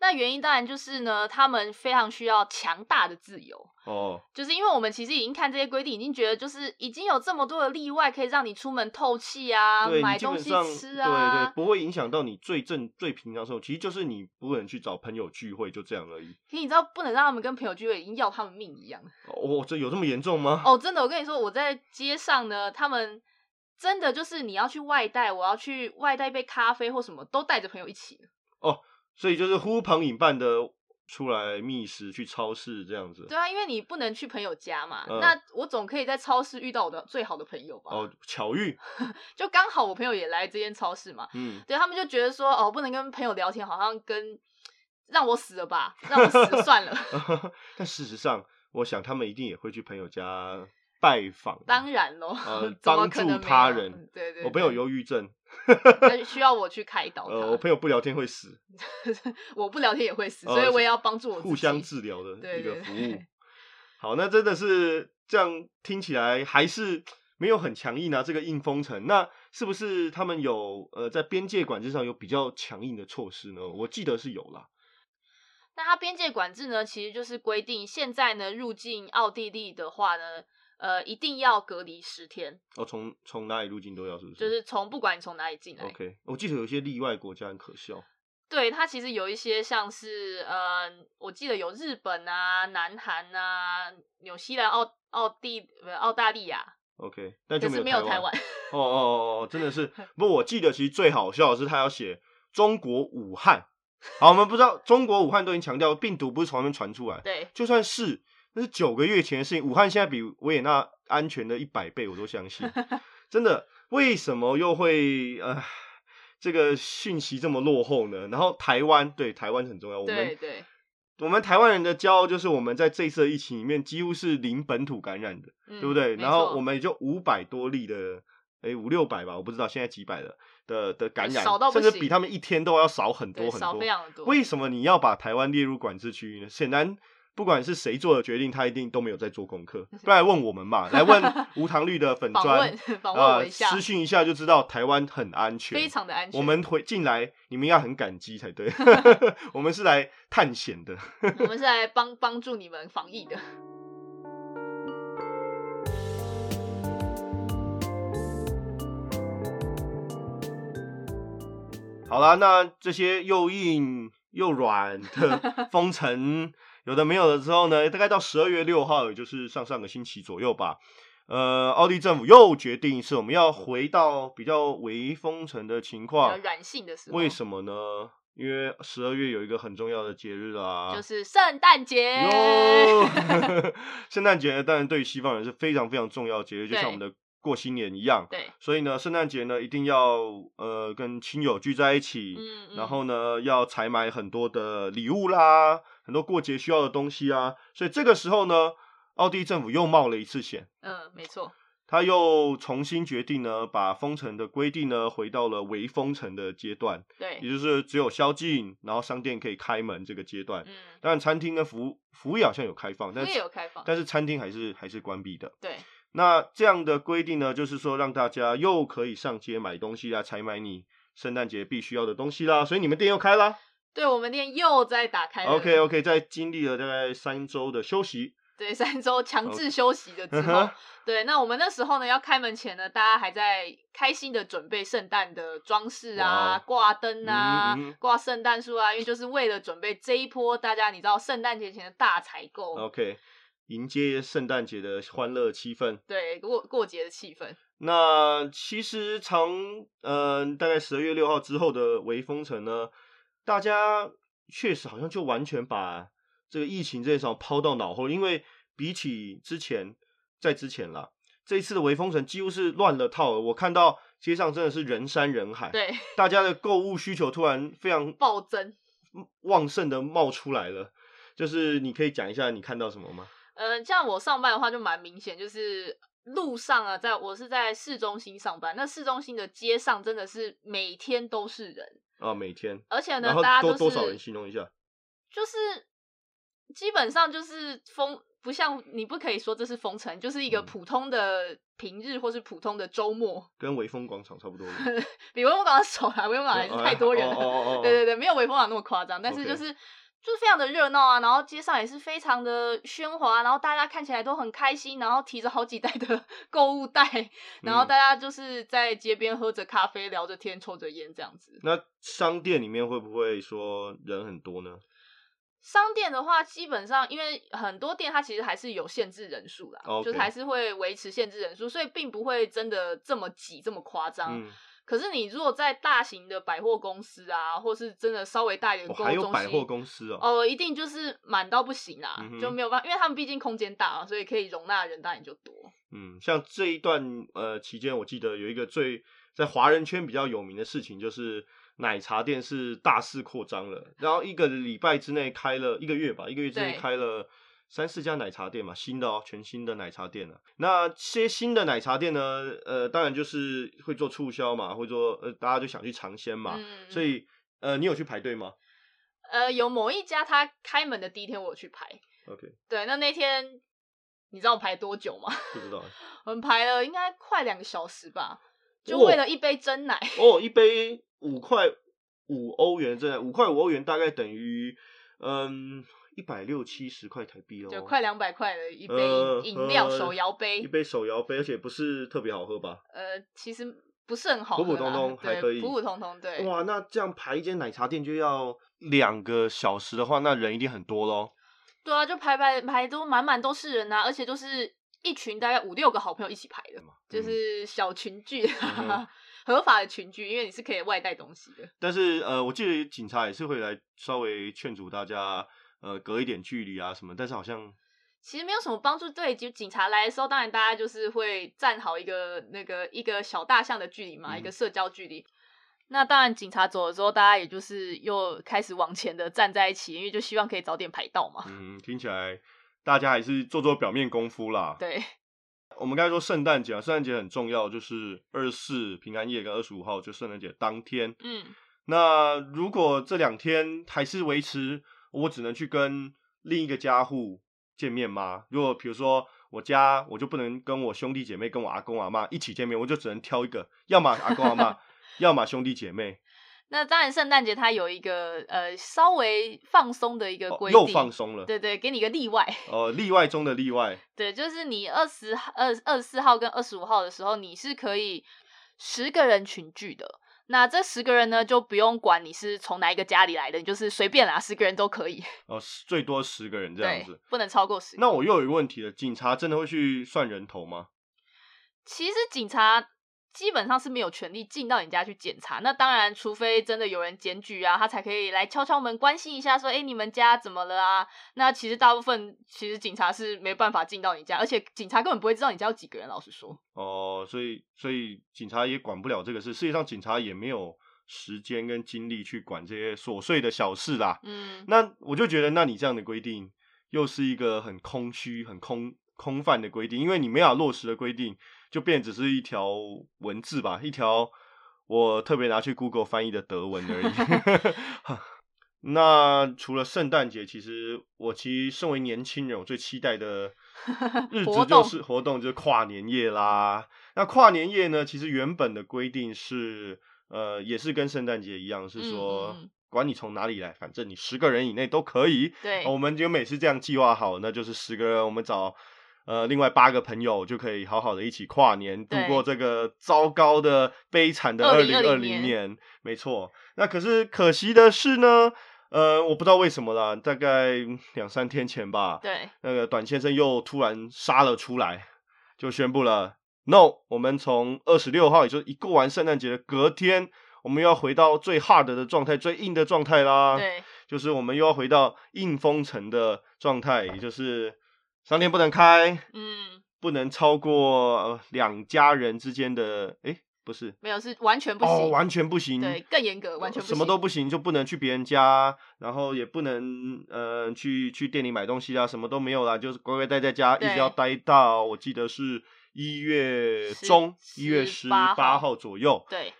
Speaker 1: 那原因当然就是呢，他们非常需要强大的自由，
Speaker 2: 哦，
Speaker 1: 就是因为我们其实已经看这些规定，已经觉得就是已经有这么多的例外可以让你出门透气啊，
Speaker 2: 对，
Speaker 1: 买
Speaker 2: 你基
Speaker 1: 东
Speaker 2: 本
Speaker 1: 西
Speaker 2: 上
Speaker 1: 吃啊
Speaker 2: 对对，，不会影响到你最正最平常的时候，其实就是你不能去找朋友聚会，就这样而已。
Speaker 1: 可你知道不能让他们跟朋友聚会，已经要他们命一样。
Speaker 2: 哦，这有这么严重吗？
Speaker 1: 哦，真的，我跟你说，我在街上呢，他们真的就是你要去外带，我要去外带一杯咖啡或什么，都带着朋友一起。
Speaker 2: 所以就是呼朋引伴的出来觅食，去超市这样子。
Speaker 1: 对啊，因为你不能去朋友家嘛，
Speaker 2: 嗯
Speaker 1: 那我总可以在超市遇到我的最好的朋友吧？
Speaker 2: 哦，巧遇，
Speaker 1: 就刚好我朋友也来这间超市嘛，
Speaker 2: 嗯，
Speaker 1: 对他们就觉得说，哦，不能跟朋友聊天，好像跟让我死了吧，让我死了 算了。
Speaker 2: 但事实上，我想他们一定也会去朋友家拜访。
Speaker 1: 当然喽，
Speaker 2: 呃
Speaker 1: 怎么
Speaker 2: 帮
Speaker 1: 可能
Speaker 2: 助
Speaker 1: 没
Speaker 2: 他
Speaker 1: 有
Speaker 2: 人，
Speaker 1: 对对
Speaker 2: 我朋友
Speaker 1: 对
Speaker 2: 忧郁症，
Speaker 1: 那需要我去开导他。
Speaker 2: 呃，我朋友不聊天会死，
Speaker 1: 我不聊天也会死，
Speaker 2: 呃
Speaker 1: 所以我也要帮助我自己。
Speaker 2: 互相治疗的
Speaker 1: 对
Speaker 2: 一个
Speaker 1: 对
Speaker 2: 服
Speaker 1: 对
Speaker 2: 务。好，那真的是这样，听起来还是没有很强硬啊。这个硬封城，那是不是他们有呃在边界管制上有比较强硬的措施呢？我记得是有啦。
Speaker 1: 那它边界管制呢，其实就是规定，现在呢入境奥地利的话呢，呃，一定要隔离十天，
Speaker 2: 哦，从从哪里入境都要，是不是？
Speaker 1: 就是从不管你从哪里进来。
Speaker 2: OK，我记得有些例外国家很可笑。
Speaker 1: 对，它其实有一些像是，呃，我记得有日本啊、南韩啊、纽西兰、奥奥地不是澳大利亚，
Speaker 2: OK，但就
Speaker 1: 可
Speaker 2: 没
Speaker 1: 是
Speaker 2: 有
Speaker 1: 没有
Speaker 2: 台
Speaker 1: 台湾。
Speaker 2: 哦哦哦哦，真的是。不过我记得其实最好笑的是他要写中国武汉。好，我们不知道中国武汉都已经强调病毒不是从那边传出来，
Speaker 1: 对，
Speaker 2: 就算是那是九个月前的事情，武汉现在比维也纳安全的一百倍，我都 相信。真的，为什么又会呃这个讯息这么落后呢？然后台湾对台湾很重 要，我
Speaker 1: 对
Speaker 2: 们
Speaker 1: 对，
Speaker 2: 我们台湾人的骄傲就是我们在这一次的疫情里面几乎是零本土感染的。
Speaker 1: 对
Speaker 2: 对不对？
Speaker 1: 嗯没
Speaker 2: 然后
Speaker 1: 错
Speaker 2: 我们也就五百多例的诶五六百吧，我不知道现在几百了的的感染
Speaker 1: 少到，不
Speaker 2: 甚
Speaker 1: 行
Speaker 2: 至比他们一天都要少很多
Speaker 1: 对，
Speaker 2: 很
Speaker 1: 少
Speaker 2: 多
Speaker 1: 非。常多。
Speaker 2: 为什么你要把台湾列入管制区域呢？显然，不管是谁做的决定，他一定都没有在做 功课。不然来问我们嘛，来问无糖绿的粉
Speaker 1: 访
Speaker 2: 砖
Speaker 1: 问 访问
Speaker 2: 啊、
Speaker 1: 我一下，
Speaker 2: 私讯一下就知道台湾很安全，
Speaker 1: 非常的安全。
Speaker 2: 我们回进来，你们要很感激才 对。 我们是来探险的。
Speaker 1: 我们是来帮帮助你们防疫的。
Speaker 2: 好啦，那这些又硬又软 的封城，有的没有了之后呢，大概到十二月六号，也就是上上个星期左右吧。呃，奥地利政府又决定是我们要回到比较微封城的情
Speaker 1: 比较
Speaker 2: 况。
Speaker 1: 软性的时候，
Speaker 2: 哦为什么呢？因为十二月有一个很重要的节日啊，
Speaker 1: 就是圣诞节。
Speaker 2: 哟，圣诞节当然对于西方人是非常非常重要的节日，就像我们的过新年一样。
Speaker 1: 对，
Speaker 2: 所以呢，圣诞节呢一定要呃跟亲友聚在一起，
Speaker 1: 嗯，嗯
Speaker 2: 然后呢要采买很多的礼物啦，很多过节需要的东西啊。所以这个时候呢，奥地利政府又冒了一次险，
Speaker 1: 嗯，没错，
Speaker 2: 他又重新决定呢把封城的规定呢回到了微封城的阶段，也
Speaker 1: 对，
Speaker 2: 就是只有宵禁，然后商店可以开门这个阶段。
Speaker 1: 嗯，
Speaker 2: 当然，餐厅跟服务服务业好像有开放，但
Speaker 1: 也
Speaker 2: 是
Speaker 1: 有开放，
Speaker 2: 但是餐厅还是还是关闭的。
Speaker 1: 对，
Speaker 2: 那这样的规定呢，就是说让大家又可以上街买东西啦，采买你圣诞节必须要的东西啦，所以你们店又开啦。
Speaker 1: 对我们店又在打开了
Speaker 2: OK OK，在经历了大概三周的 休息，
Speaker 1: 对三周强制
Speaker 2: OK
Speaker 1: 休息的之
Speaker 2: 嗯
Speaker 1: 后
Speaker 2: 哼，
Speaker 1: 对，那我们那时候呢要开门前呢，大家还在开心的准备圣诞的装饰
Speaker 2: 哇
Speaker 1: 啊
Speaker 2: 哦、
Speaker 1: 挂灯啊
Speaker 2: 嗯嗯、
Speaker 1: 挂圣诞树啊，因为就是为了准备这一波大家你知道圣诞节前的大采购，
Speaker 2: OK，迎接圣诞节的欢乐气氛。
Speaker 1: 对过过节的气氛，
Speaker 2: 那其实长呃，大概十二月六号之后的微封城呢，大家确实好像就完全把这个疫情这一场抛到脑后，因为比起之前，在之前啦，这一次的微封城几乎是乱了套了。我看到街上真的是人山人海，
Speaker 1: 对，
Speaker 2: 大家的购物需求突然非常
Speaker 1: 暴增。
Speaker 2: 旺盛的冒出来了。就是你可以讲一下你看到什么吗？
Speaker 1: 嗯，像我上班的话就蛮明显，就是路上啊，在我是在市中心上班，那市中心的街上真的是每天都是人，
Speaker 2: 啊，每天，
Speaker 1: 而且呢
Speaker 2: 然，后
Speaker 1: 大家都
Speaker 2: 多
Speaker 1: 是
Speaker 2: 多少人形容一下？
Speaker 1: 就是基本上就是封，不像你不可以说这是封城，就是一个
Speaker 2: 嗯
Speaker 1: 普通的平日或是普通的周末，
Speaker 2: 跟微风广场差不 多吗。
Speaker 1: 比微风港少 啦，微风港还是太多人了，
Speaker 2: 哦哦哦哦哦
Speaker 1: 对对对，没有微风港那么夸张，但是
Speaker 2: OK
Speaker 1: 就是就是非常的热闹啊，然后街上也是非常的喧哗，然后大家看起来都很开心，然后提着好几袋的 购物袋，然后
Speaker 2: 嗯
Speaker 1: 大家就是在街边喝着咖啡、聊着天、抽着烟这样子。
Speaker 2: 那商店里面会不会说人很多呢？
Speaker 1: 商店的话，基本上因为很多店它其实还是有限制人数啦
Speaker 2: OK
Speaker 1: 就是还是会维持限制人数，所以并不会真的这么挤、这么夸张。
Speaker 2: 嗯，
Speaker 1: 可是你如果在大型的百货公司啊，或是真的稍微大一点
Speaker 2: 我、
Speaker 1: 的购物
Speaker 2: 哦还
Speaker 1: 中心，
Speaker 2: 有百货公司哦。
Speaker 1: 哦，一定就是满到不行啦，
Speaker 2: 嗯哼
Speaker 1: 就没有办法，因为他们毕竟空间大啊，所以可以容纳的人当然就多。
Speaker 2: 嗯，像这一段呃期间，我记得有一个最在华人圈比较有名的事情，就是奶茶店是大肆扩张了，然后一个礼拜之内开了一个月吧，一个月之内
Speaker 1: 对
Speaker 2: 开了。三四家奶茶店嘛，新的哦，全新的奶茶店啊。那这些新的奶茶店呢，呃，当然就是会做促销嘛，会做呃，大家就想去尝鲜嘛。
Speaker 1: 嗯，
Speaker 2: 所以呃，你有去排队吗
Speaker 1: 呃，有某一家他开门的第一天我有去排，
Speaker 2: ？OK，
Speaker 1: 对，那那天你知道我排多久吗？
Speaker 2: 不知道。
Speaker 1: 我们排了应该快两个小时吧，就
Speaker 2: 哇
Speaker 1: 为了一杯真 奶，
Speaker 2: 哦，一杯五块五欧元，真的五块五欧元大概等于嗯一百六七十块台币哦，
Speaker 1: 就快两百块的一杯
Speaker 2: 呃
Speaker 1: 饮饮料
Speaker 2: 呃
Speaker 1: 手摇
Speaker 2: 一
Speaker 1: 杯，
Speaker 2: 杯手摇杯，而且不是特别好喝吧？
Speaker 1: 呃，其实不是很好喝
Speaker 2: 普
Speaker 1: 啦，
Speaker 2: 普通通还可
Speaker 1: 对，
Speaker 2: 以
Speaker 1: 普普通通，对，
Speaker 2: 哇，那这样排一间奶茶店就要两个小时的话，那人一定很多喽。
Speaker 1: 对啊，就排排排都满满都是人啊，而且就是一群大概五六个好朋友一起排的，就是小群聚，
Speaker 2: 嗯哼
Speaker 1: 合法的群聚，因为你是可以外带东西的。
Speaker 2: 但是呃，我记得警察也是会来稍微劝阻大家。呃，隔一点距离啊什么，但是好像
Speaker 1: 其实没有什么帮助，对，就警察来的时候，当然大家就是会站好一个那个一个小大象的距离嘛，
Speaker 2: 嗯
Speaker 1: 一个社交距离。那当然，警察走了之后，大家也就是又开始往前的站在一起，因为就希望可以
Speaker 2: 嗯
Speaker 1: 早点排到嘛。
Speaker 2: 嗯，听起来大家还是做做表面功夫啦。
Speaker 1: 对，
Speaker 2: 我们刚才说圣诞节啊，圣诞节很重要，就是二十四平安夜跟二十五号就圣诞节当天。
Speaker 1: 嗯，
Speaker 2: 那如果这两天还是维持，我只能去跟另一个家户见面吗？如果比如说我家，我就不能跟我兄弟姐妹、跟我阿公阿妈一起见面，我就只能挑一个，要么阿公阿妈，要么兄弟姐妹。
Speaker 1: 那当然圣诞节它有一个呃稍微放松的一个
Speaker 2: 哦
Speaker 1: 规定，
Speaker 2: 又放松了，
Speaker 1: 对对，给你一个例外。
Speaker 2: 哦，例外中的例外。
Speaker 1: 对，就是你二十二二十四号跟二十五号的时候，你是可以十个人群聚的。那这十个人呢，就不用管你是从哪一个家里来的，你就是随便啦，十个人都可以。
Speaker 2: 哦，十最多十个人这样
Speaker 1: 对
Speaker 2: 子。，
Speaker 1: 不能超过十个。
Speaker 2: 那我又有一个问题了，警察真的会去算人头吗？
Speaker 1: 其实警察基本上是没有权利进到你家去检查。那当然，除非真的有人检举啊，他才可以来敲敲门关心一下，说：“哎、你们家怎么了啊？”那其实大部分其实警察是没办法进到你家，而且警察根本不会知道你家有几个人。老实说，
Speaker 2: 哦，所以所以警察也管不了这个事，世界上警察也没有时间跟精力去管这些琐碎的小事啦。
Speaker 1: 嗯，
Speaker 2: 那我就觉得，那你这样的规定又是一个很空虚、很空空泛的规定，因为你没有落实的规定，就变只是一条文字吧，一条我特别拿去 Google 翻译的德文而已。那除了圣诞节，其实我其实身为年轻人，我最期待的 日
Speaker 1: 活动
Speaker 2: 子就是活动，就是跨年夜啦。那跨年夜呢，其实原本的规定是，呃，也是跟圣诞节一样，是说、
Speaker 1: 嗯嗯嗯
Speaker 2: 管你从哪里来，反正你十个人以内都可以。哦
Speaker 1: 对，
Speaker 2: 我们就每次这样计划好，那就是十个人，我们找呃另外八个朋友就可以好好的一起跨年，度
Speaker 1: 对
Speaker 2: 过这个糟糕的、悲惨的二零二
Speaker 1: 2020
Speaker 2: 零
Speaker 1: 年
Speaker 2: 年。没错，那可是可惜的是呢，呃，我不知道为什么啦，大概两三天前吧，
Speaker 1: 对，
Speaker 2: 那个短先生又突然杀了出来，就宣布了，no，我们从二十六号，也就是一过完圣诞节的隔天，我们又要回到最 hard 的状态、最硬的状态啦。
Speaker 1: 对，
Speaker 2: 就是我们又要回到硬封城的状态，也就是商店不能开，
Speaker 1: 嗯，
Speaker 2: 不能超过呃两家人之间的，诶，不是
Speaker 1: 没有是完全不行，
Speaker 2: 哦，完全不行，
Speaker 1: 对，更严格，完全不行
Speaker 2: 什么都不行，就不能去别人家，然后也不能呃去去店里买东西啊，什么都没有啦，就是乖乖待在家，一
Speaker 1: 对
Speaker 2: 直要待到我记得是一月
Speaker 1: 十
Speaker 2: 中，一月十
Speaker 1: 18
Speaker 2: 八
Speaker 1: 号
Speaker 2: 号左右，
Speaker 1: 对，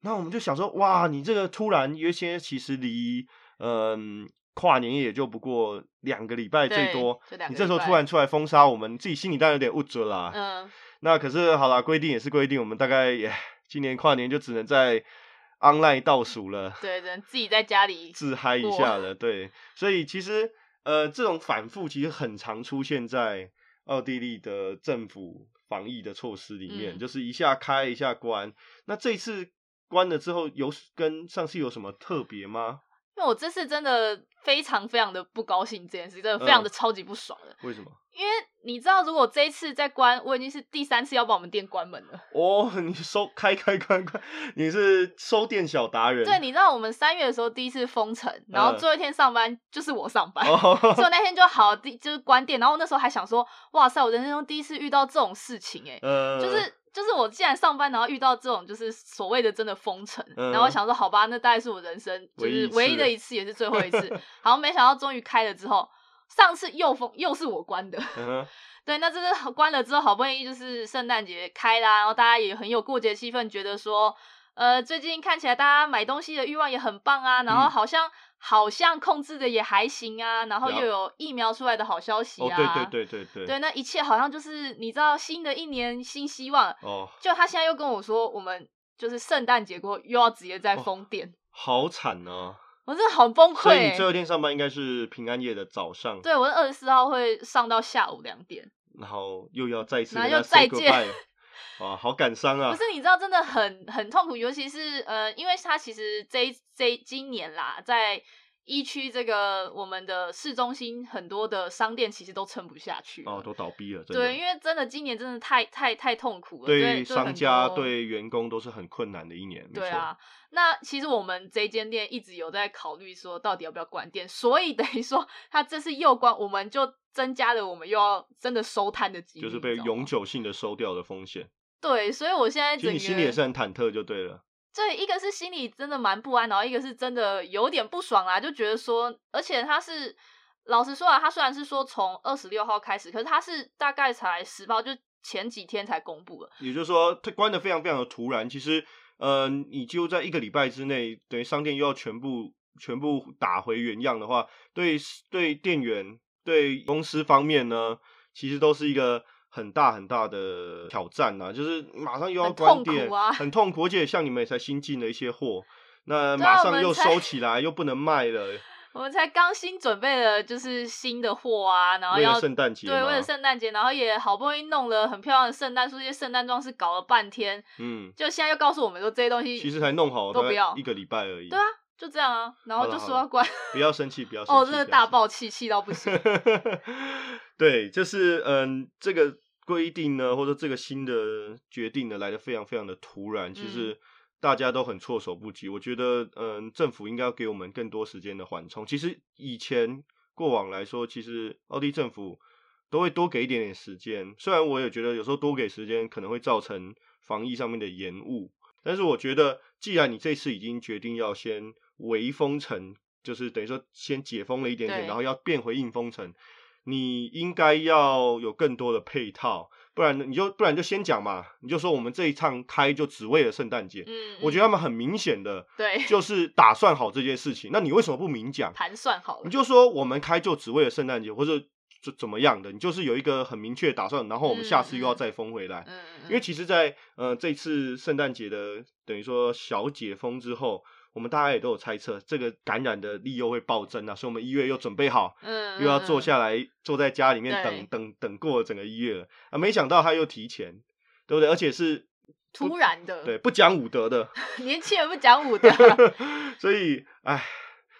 Speaker 2: 那我们就想说，哇，你这个突然，因为现在其实离嗯跨年也就不过两个礼拜最
Speaker 1: 对
Speaker 2: 多，
Speaker 1: 就两
Speaker 2: 你
Speaker 1: 个
Speaker 2: 这
Speaker 1: 礼
Speaker 2: 时候突
Speaker 1: 拜
Speaker 2: 然出来封杀我们，自己心里当然有点不准啦。
Speaker 1: 嗯，
Speaker 2: 那可是好啦，规定也是规定，我们大概也今年跨年就只能在 online 倒数了，
Speaker 1: 对，人自己在家里，
Speaker 2: 自嗨一
Speaker 1: 过
Speaker 2: 下了，对。所以其实呃，这种反复其实很常出现在奥地利的政府防疫的措施里面，
Speaker 1: 嗯
Speaker 2: 就是一下开一下关。那这次关了之后有跟上次有什么特别吗？
Speaker 1: 因为我这次真的非常非常的不高兴这件事，真的非常的
Speaker 2: 嗯
Speaker 1: 超级不爽的。
Speaker 2: 为什么？
Speaker 1: 因为你知道，如果这一次再关，我已经是第三次要把我们店关门了。
Speaker 2: 哦， 你收开开关关，你是收店小达人。
Speaker 1: 对，你知道我们三月的时候第一次封城，然后最后一天上班就是我上班，所以
Speaker 2: 嗯哦，
Speaker 1: 我那天就好第就是关店。然后我那时候还想说，哇塞，我人生中第一次遇到这种事情、欸，
Speaker 2: 呃，
Speaker 1: 就是就是我既然上班，然后遇到这种就是所谓的真的封城，
Speaker 2: 嗯
Speaker 1: 然后我想说好吧，那大概是我人生就
Speaker 2: 唯一一
Speaker 1: 是
Speaker 2: 次
Speaker 1: 唯一的一次，也是最后一 次。好，没想到终于开了之后，上次又封又是我关的，
Speaker 2: 嗯哼
Speaker 1: 对，那这是关了之后，好不容易就是圣诞节开啦，然后大家也很有过节气氛，觉得说，呃，最近看起来大家买东西的欲望也很棒啊，然后
Speaker 2: 嗯
Speaker 1: 好像、好像控制的也还行啊，然后
Speaker 2: 了
Speaker 1: 又有疫苗出来的好消息
Speaker 2: 哦，
Speaker 1: 啊，
Speaker 2: 对对对对对，
Speaker 1: 对，那一切好像就是你知道，新的一年新希望，
Speaker 2: 哦，
Speaker 1: 就他现在又跟我说，我们就是圣诞节过后又要直接再封店，
Speaker 2: 好惨哦。
Speaker 1: 我真的很崩溃
Speaker 2: 所以
Speaker 1: 欸、
Speaker 2: 你最后一天上班应该是平安夜的早上，
Speaker 1: 对，我二十四号会上到下午两点。
Speaker 2: 然后又要再次
Speaker 1: 然后
Speaker 2: 跟他
Speaker 1: 又
Speaker 2: say
Speaker 1: 再见
Speaker 2: goodbye 哇，好感伤啊
Speaker 1: 不！是，你知道真的很很痛苦，尤其是呃，因为他其实这一这一今年啦，在一区这个我们的市中心很多的商店其实都撑不下去了
Speaker 2: 哦，都倒闭了，真
Speaker 1: 对，
Speaker 2: 的。
Speaker 1: 因为真的今年真的太太太痛苦了，
Speaker 2: 对于
Speaker 1: 对
Speaker 2: 商家、。
Speaker 1: 就很多
Speaker 2: 对员工都是很困难的一年，没
Speaker 1: 对
Speaker 2: 错。
Speaker 1: 啊，那其实我们这间店一直有在考虑说，到底要不要关店，所以等于说他这次又关，我们就增加了我们又要真的收摊的几率，
Speaker 2: 就是被
Speaker 1: 你知道
Speaker 2: 永
Speaker 1: 吗
Speaker 2: 久性的收掉的风险，
Speaker 1: 对，所以我现在
Speaker 2: 其
Speaker 1: 整个
Speaker 2: 实你心里也是很忐忑，就对了。
Speaker 1: 对，一个是心里真的蛮不安，然后一个是真的有点不爽啦，就觉得说，而且他是老实说啊，他虽然是说从二十六号开始，可是他是大概才十号，就前几天才公布了。
Speaker 2: 也就是说，它关的非常非常的突然。其实，呃，你几乎在一个礼拜之内，等于商店又要全部全部打回原样的话，对对店员、对公司方面呢，其实都是一个很大很大的挑战呐、就是马上又要
Speaker 1: 很
Speaker 2: 关
Speaker 1: 痛苦
Speaker 2: 店，
Speaker 1: 啊
Speaker 2: 很痛苦。而且像你们也才新进了一些货，那
Speaker 1: 对啊
Speaker 2: 马
Speaker 1: 我
Speaker 2: 上
Speaker 1: 们
Speaker 2: 又
Speaker 1: 才
Speaker 2: 收起来，又不能卖了，
Speaker 1: 我们才刚新准备了就是新的货啊，然后
Speaker 2: 为
Speaker 1: 要
Speaker 2: 了圣诞节嘛，
Speaker 1: 对为了圣诞节，然后也好不容易弄了很漂亮的圣诞树，这些圣诞装饰搞了半天，
Speaker 2: 嗯，
Speaker 1: 就现在又告诉我们说这些东西
Speaker 2: 其实才弄好
Speaker 1: 都
Speaker 2: 大概
Speaker 1: 不要
Speaker 2: 一个礼拜而已。
Speaker 1: 对啊，就这样啊，然后
Speaker 2: 好
Speaker 1: 就
Speaker 2: 了
Speaker 1: 说
Speaker 2: 好了
Speaker 1: 要关，
Speaker 2: 不要生气，不要生气。
Speaker 1: 哦，真的
Speaker 2: 不要
Speaker 1: 大
Speaker 2: 生气
Speaker 1: 爆气，气到不 行。
Speaker 2: 对，就是嗯，这个规定呢，或者这个新的决定呢，来的非常非常的突然，其实大家都很措手不及。我觉得，嗯，政府应该要给我们更多时间的缓冲。其实以前过往来说，其实奥地利政府都会多给一点点时间，虽然我也觉得有时候多给时间可能会造成防疫上面的延误，但是我觉得，既然你这次已经决定要先微封城，就是等于说先解封了一点点，
Speaker 1: 对
Speaker 2: 然后要变回硬封城，你应该要有更多的配套，不然你就不然就先讲嘛，你就说我们这一趟开就只为了圣诞节。
Speaker 1: 嗯，
Speaker 2: 我觉
Speaker 1: 得
Speaker 2: 得他们很明显的
Speaker 1: 对，
Speaker 2: 就是打算好这件事情，那你为什么不明讲？
Speaker 1: 盘算好
Speaker 2: 你
Speaker 1: 了，
Speaker 2: 就说我们开就只为了圣诞节，或者怎怎么样的，你就是有一个很明确的打算，然后我们下次又要再封回来。
Speaker 1: 嗯，嗯
Speaker 2: 因为其实在，呃这次圣诞节的等于说小解封之后，我们大家也都有猜测这个感染的利又会暴增啊，所以我们一月又准备好，
Speaker 1: 嗯
Speaker 2: 又要
Speaker 1: 嗯
Speaker 2: 坐下来坐在家里面
Speaker 1: 对
Speaker 2: 等等等过整个一月了啊，没想到他又提前，对不对？而且是
Speaker 1: 突然的，
Speaker 2: 对不讲武 德的，
Speaker 1: 年轻人不讲 武德。
Speaker 2: 所以哎，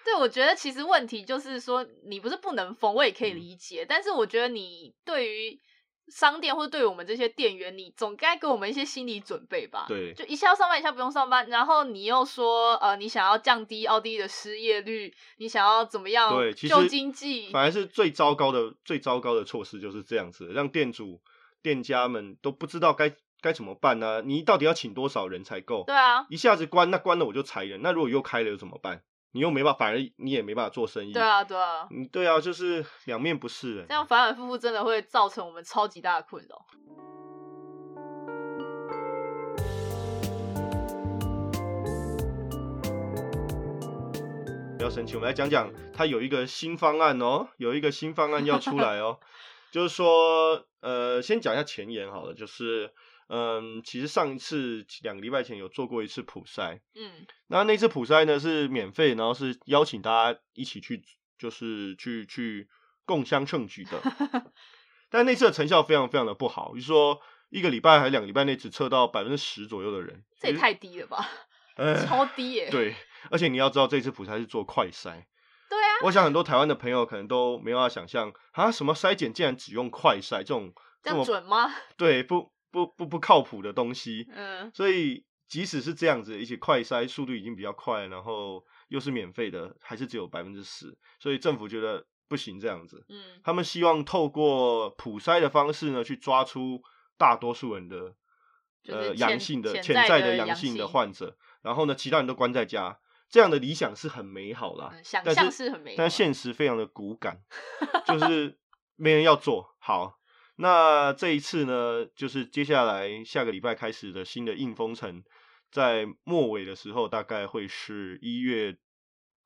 Speaker 1: 对，我觉得其实问题就是说，你不是不能封，我也可以
Speaker 2: 嗯
Speaker 1: 理解，但是我觉得你对于商店或者对于我们这些店员，你总该给我们一些心理准备吧？。
Speaker 2: 对，
Speaker 1: 就一下要上班，一下不用上班，然后你又说，呃，你想要降低奥地利的失业率，你想要怎么样
Speaker 2: 对其
Speaker 1: 救
Speaker 2: 实
Speaker 1: 经济？
Speaker 2: 反而是最糟糕的最糟糕的措施就是这样子，让店主店家们都不知道该该怎么办呢、你到底要请多少人才够？
Speaker 1: 对啊，
Speaker 2: 一下子关，那关了我就裁人，那如果又开了又怎么办？你又没办法，反而你也没办法做生意。
Speaker 1: 对，啊，对啊，
Speaker 2: 嗯，对啊，就是两面不是人
Speaker 1: 这。样反反复复真的会造成我们超级大的困扰。
Speaker 2: 不要生气，我们来讲讲，它有一个新方案哦，有一个新方案要出来 哦，就是说，呃，先讲一下前言好了，就是，嗯，其实上一次两个礼拜前有做过一次普筛，
Speaker 1: 嗯，
Speaker 2: 那那次普筛呢是免费，然后是邀请大家一起去，就是去去共襄盛举的。 但那次的成效非常非常的不好，就是说一个礼拜还是两个礼拜内只测到百分之十左右的人，
Speaker 1: 这也太低了吧，
Speaker 2: 呃
Speaker 1: 超低耶、
Speaker 2: 对。而且你要知道，这次普筛是做快筛，
Speaker 1: 对啊，
Speaker 2: 我想很多台湾的朋友可能都没有办法想象啊，什么筛检竟然只用快筛这种
Speaker 1: 这样
Speaker 2: 么
Speaker 1: 准吗？
Speaker 2: 对不不不不靠谱的东西，
Speaker 1: 嗯，
Speaker 2: 所以即使是这样子，而且快筛速度已经比较快，然后又是免费的，还是只有百分之十，所以政府觉得不行这样子，
Speaker 1: 嗯，
Speaker 2: 他们希望透过普筛的方式呢，去抓出大多数人的
Speaker 1: 就是
Speaker 2: 呃
Speaker 1: 潜
Speaker 2: 阳性的
Speaker 1: 潜
Speaker 2: 潜
Speaker 1: 在
Speaker 2: 在
Speaker 1: 的
Speaker 2: 的阳
Speaker 1: 阳
Speaker 2: 性的
Speaker 1: 性
Speaker 2: 患者，然后呢，其他人都关在家，这样的理想是很美好啦，
Speaker 1: 嗯想
Speaker 2: 但
Speaker 1: 象
Speaker 2: 是
Speaker 1: 是很美好的，
Speaker 2: 但现实非常的骨感，就是没人要做好。那这一次呢，就是接下来下个礼拜开始的新的硬封城，在末尾的时候，大概会是一月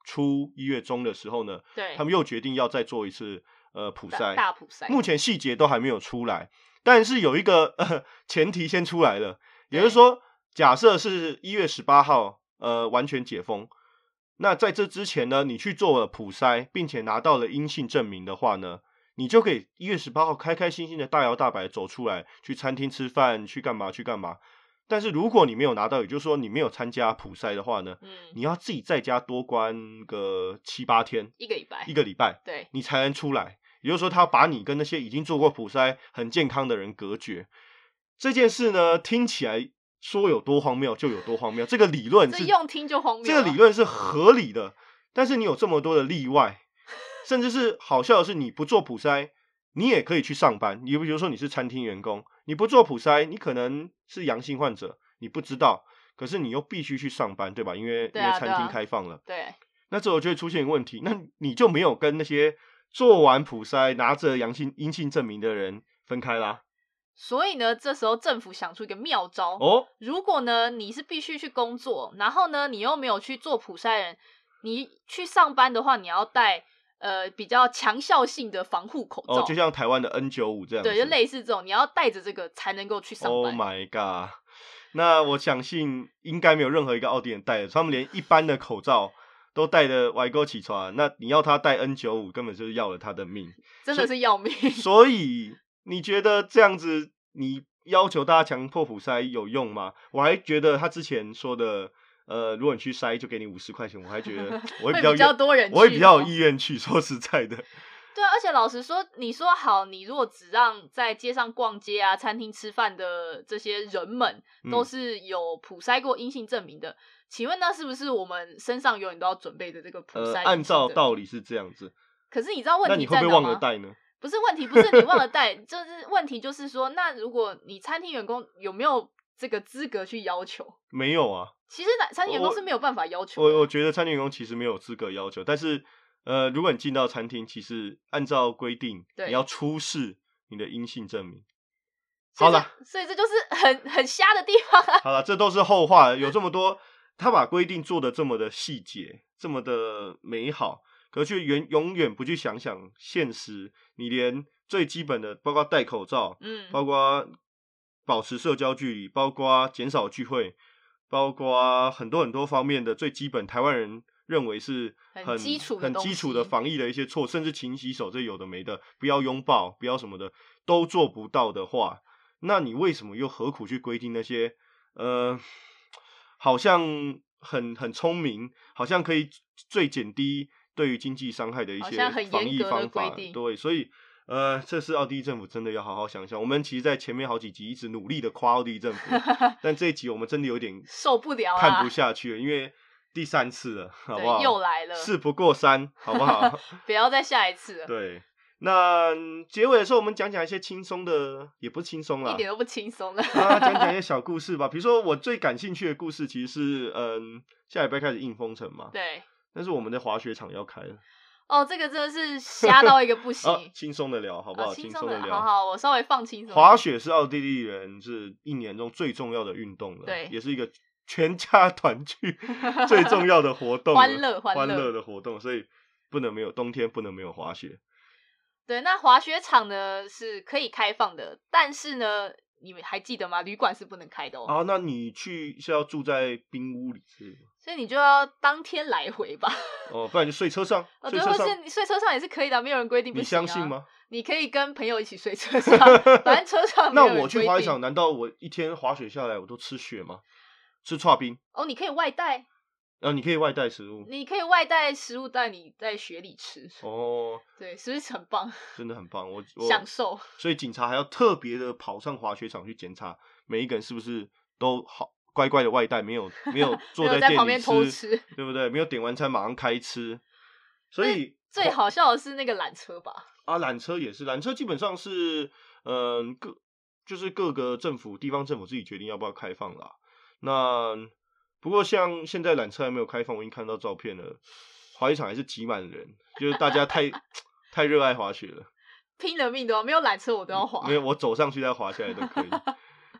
Speaker 2: 初、一月中的时候呢，
Speaker 1: 对
Speaker 2: 他们又决定要再做一次呃普
Speaker 1: 大
Speaker 2: 筛，
Speaker 1: 大普筛，
Speaker 2: 目前细节都还没有出来，但是有一个、 呃、前提先出来了，也就
Speaker 1: 对
Speaker 2: 是说，假设是一月十八号呃完全解封，那在这之前呢，你去做了普筛，并且拿到了阴性证明的话呢，你就可以一月十八号开开心心的大摇大摆地走出来，去餐厅吃饭，去干嘛去干嘛。但是如果你没有拿到，也就是说你没有参加普筛的话呢，
Speaker 1: 嗯，
Speaker 2: 你要自己在家多关个七八天，
Speaker 1: 一个礼拜
Speaker 2: 一，个礼拜。
Speaker 1: 对，
Speaker 2: 你才能出来。也就是说，他把你跟那些已经做过普筛、很健康的人隔绝。这件事呢，听起来说有多荒谬就有多荒谬，这个理论
Speaker 1: 这
Speaker 2: 是
Speaker 1: 用听就荒谬了。啊
Speaker 2: 这个理论是合理的，但是你有这么多的例外，甚至是好笑的是，你不做普筛，你也可以去上班。你比如说你是餐厅员工，你不做普筛，你可能是阳性患者，你不知道，可是你又必须去上班，对吧？因为、
Speaker 1: 对
Speaker 2: 因
Speaker 1: 啊对
Speaker 2: 为餐
Speaker 1: 啊
Speaker 2: 厅开放了。
Speaker 1: 对，
Speaker 2: 那这时候就会出现一个问题，那你就没有跟那些做完普筛拿着阳性阴性证明的人分开啦。
Speaker 1: 所以呢，这时候政府想出一个妙招
Speaker 2: 哦，
Speaker 1: 如果呢你是必须去工作，然后呢你又没有去做普筛人，你去上班的话，你要戴呃比较强效性的防护口罩，
Speaker 2: 哦，就像台湾的 N 九五这样子，
Speaker 1: 对，就类似这种，你要戴着这个才能够去上
Speaker 2: Oh
Speaker 1: 班。
Speaker 2: my god！那我相信应该没有任何一个奥地利人戴的，他们连一般的口罩都戴的歪勾起床。那你要他戴 N 九五，根本就是要了他的命。
Speaker 1: 真的是要命。
Speaker 2: 所以你觉得这样子，你要求大家强迫普筛有用吗？我还觉得他之前说的，呃，如果你去筛就给你五十块钱，我还 觉得我会比
Speaker 1: 会
Speaker 2: 较
Speaker 1: 比较
Speaker 2: 愿
Speaker 1: 多人去
Speaker 2: 我会比较
Speaker 1: 哦
Speaker 2: 有意愿去。说实在的，
Speaker 1: 对啊，而且老实说，你说好，你如果只让在街上逛街啊、餐厅吃饭的这些人们
Speaker 2: 嗯
Speaker 1: 都是有普筛过阴性证明的，请问那是不是我们身上永远都要准备着这个 普
Speaker 2: 呃，
Speaker 1: 筛、
Speaker 2: 按照，道理是这样子，
Speaker 1: 可是你知道问
Speaker 2: 那
Speaker 1: 题
Speaker 2: 你
Speaker 1: 在
Speaker 2: 会
Speaker 1: 哪
Speaker 2: 不
Speaker 1: 吗？
Speaker 2: 会忘了带呢？
Speaker 1: 不是问题，不是你忘了带，就是问题就是说，那如果你餐厅员工有没有这个资格去要求？
Speaker 2: 没有啊，
Speaker 1: 其实餐厅员工
Speaker 2: 我
Speaker 1: 是没有办法要求的
Speaker 2: 我我觉得餐厅员工其实没有资格要求，但是呃，如果你进到餐厅，其实按照规定，
Speaker 1: 对
Speaker 2: 你要出示你的阴性证明。
Speaker 1: 所以
Speaker 2: 好了
Speaker 1: 这，所以这就是很很瞎的地 方啊。
Speaker 2: 好了，这都是后话，有这么多，他把规定做的这么的细节，这么的美好，可却永永远不去想想现实，你连最基本的，包括戴口罩，
Speaker 1: 嗯，
Speaker 2: 包括保持社交距离，包括减少聚会，包
Speaker 1: 嗯
Speaker 2: 括很多很多方面的最基本，台湾人认为是
Speaker 1: 很
Speaker 2: 很
Speaker 1: 基础的
Speaker 2: 很
Speaker 1: 东
Speaker 2: 基础的
Speaker 1: 西
Speaker 2: 防疫的一些措，甚至勤洗手这有的没的，不要拥抱，不要什么的，都做不到的话，那你为什么又何苦去规定那些呃，好像很很聪明，好像可以最减低对于经济伤害的一
Speaker 1: 好
Speaker 2: 些
Speaker 1: 像很
Speaker 2: 防
Speaker 1: 严
Speaker 2: 疫
Speaker 1: 格的
Speaker 2: 方
Speaker 1: 规
Speaker 2: 法，
Speaker 1: 定
Speaker 2: 对，所以呃，这是奥地利政府真的要好好想想。我们其实，在前面好几集一直努力的夸奥地利 政府，但这一集我们真的有点
Speaker 1: 受不了啊
Speaker 2: 看不下去了，因为第三次了，好
Speaker 1: 对，
Speaker 2: 不好？
Speaker 1: 又来了，
Speaker 2: 事不过三，好 不好？
Speaker 1: 不要再下一次了，
Speaker 2: 对。那嗯结尾的时候，我们讲讲一些轻松的，也不是轻松啦
Speaker 1: 一，点都不轻松 了。
Speaker 2: 啊，讲讲一些小故事吧。比如说，我最感兴趣的故事其实是，嗯，下礼拜开始硬封城嘛，
Speaker 1: 对，
Speaker 2: 但是我们的滑雪场要开了，
Speaker 1: 哦，这个真的是瞎到一个 不行，
Speaker 2: 啊，轻松的聊，好不好？
Speaker 1: 啊轻
Speaker 2: 松
Speaker 1: 的
Speaker 2: 的，聊
Speaker 1: 好。好，我稍微放轻松。
Speaker 2: 滑雪是奥地利人是一年中最重要的运动了，
Speaker 1: 对
Speaker 2: 也是一个全家团 聚最重要的活动了，
Speaker 1: 欢乐欢乐
Speaker 2: 欢的活动，所以不能没有冬天不能没有滑雪。
Speaker 1: 对，那滑雪场呢是可以开放的，但是呢，你们还记得吗？旅馆是不能开的哦，
Speaker 2: 啊，那你去是要住在冰屋里是吗？
Speaker 1: 所以你就要当天来回 吧。
Speaker 2: 哦，不然就睡车上，
Speaker 1: 哦，
Speaker 2: 睡
Speaker 1: 对，
Speaker 2: 车
Speaker 1: 或
Speaker 2: 上
Speaker 1: 是，你睡车上也是可以的啊，没有人规定不
Speaker 2: 你
Speaker 1: 行、啊。
Speaker 2: 相信？吗？
Speaker 1: 你可以跟朋友一起睡车 上，反正车上没
Speaker 2: 那
Speaker 1: 有人
Speaker 2: 我去
Speaker 1: 规
Speaker 2: 滑雪
Speaker 1: 定
Speaker 2: 场，难道我一天滑雪下来我都吃雪吗？吃刨冰？
Speaker 1: 哦，你可以外带，
Speaker 2: 呃，你可以外带食物
Speaker 1: 你可以外带食物带你在雪里吃，
Speaker 2: 哦，
Speaker 1: 对，是不是很棒？
Speaker 2: 真的很棒。我我
Speaker 1: 享受。
Speaker 2: 所以警察还要特别的跑上滑雪场去检查每一个人是不是都好乖乖的外带，没有没有坐
Speaker 1: 没有在
Speaker 2: 店
Speaker 1: 旁
Speaker 2: 里
Speaker 1: 边偷吃，
Speaker 2: 对不对？没有点完餐马上开吃，所以
Speaker 1: 最好笑的是那个缆车吧，
Speaker 2: 啊，缆车也是，缆车基本上是，嗯、各就是各个政府、地方政府自己决定要不要开放啦。那不过像现在缆车还没有开放，我已经看到照片了，滑雪场还是挤满人，就是大 家太太热爱滑雪了。
Speaker 1: 拼了命都要，没有缆车我都要滑
Speaker 2: 没。有，我走上去再滑下来都可以。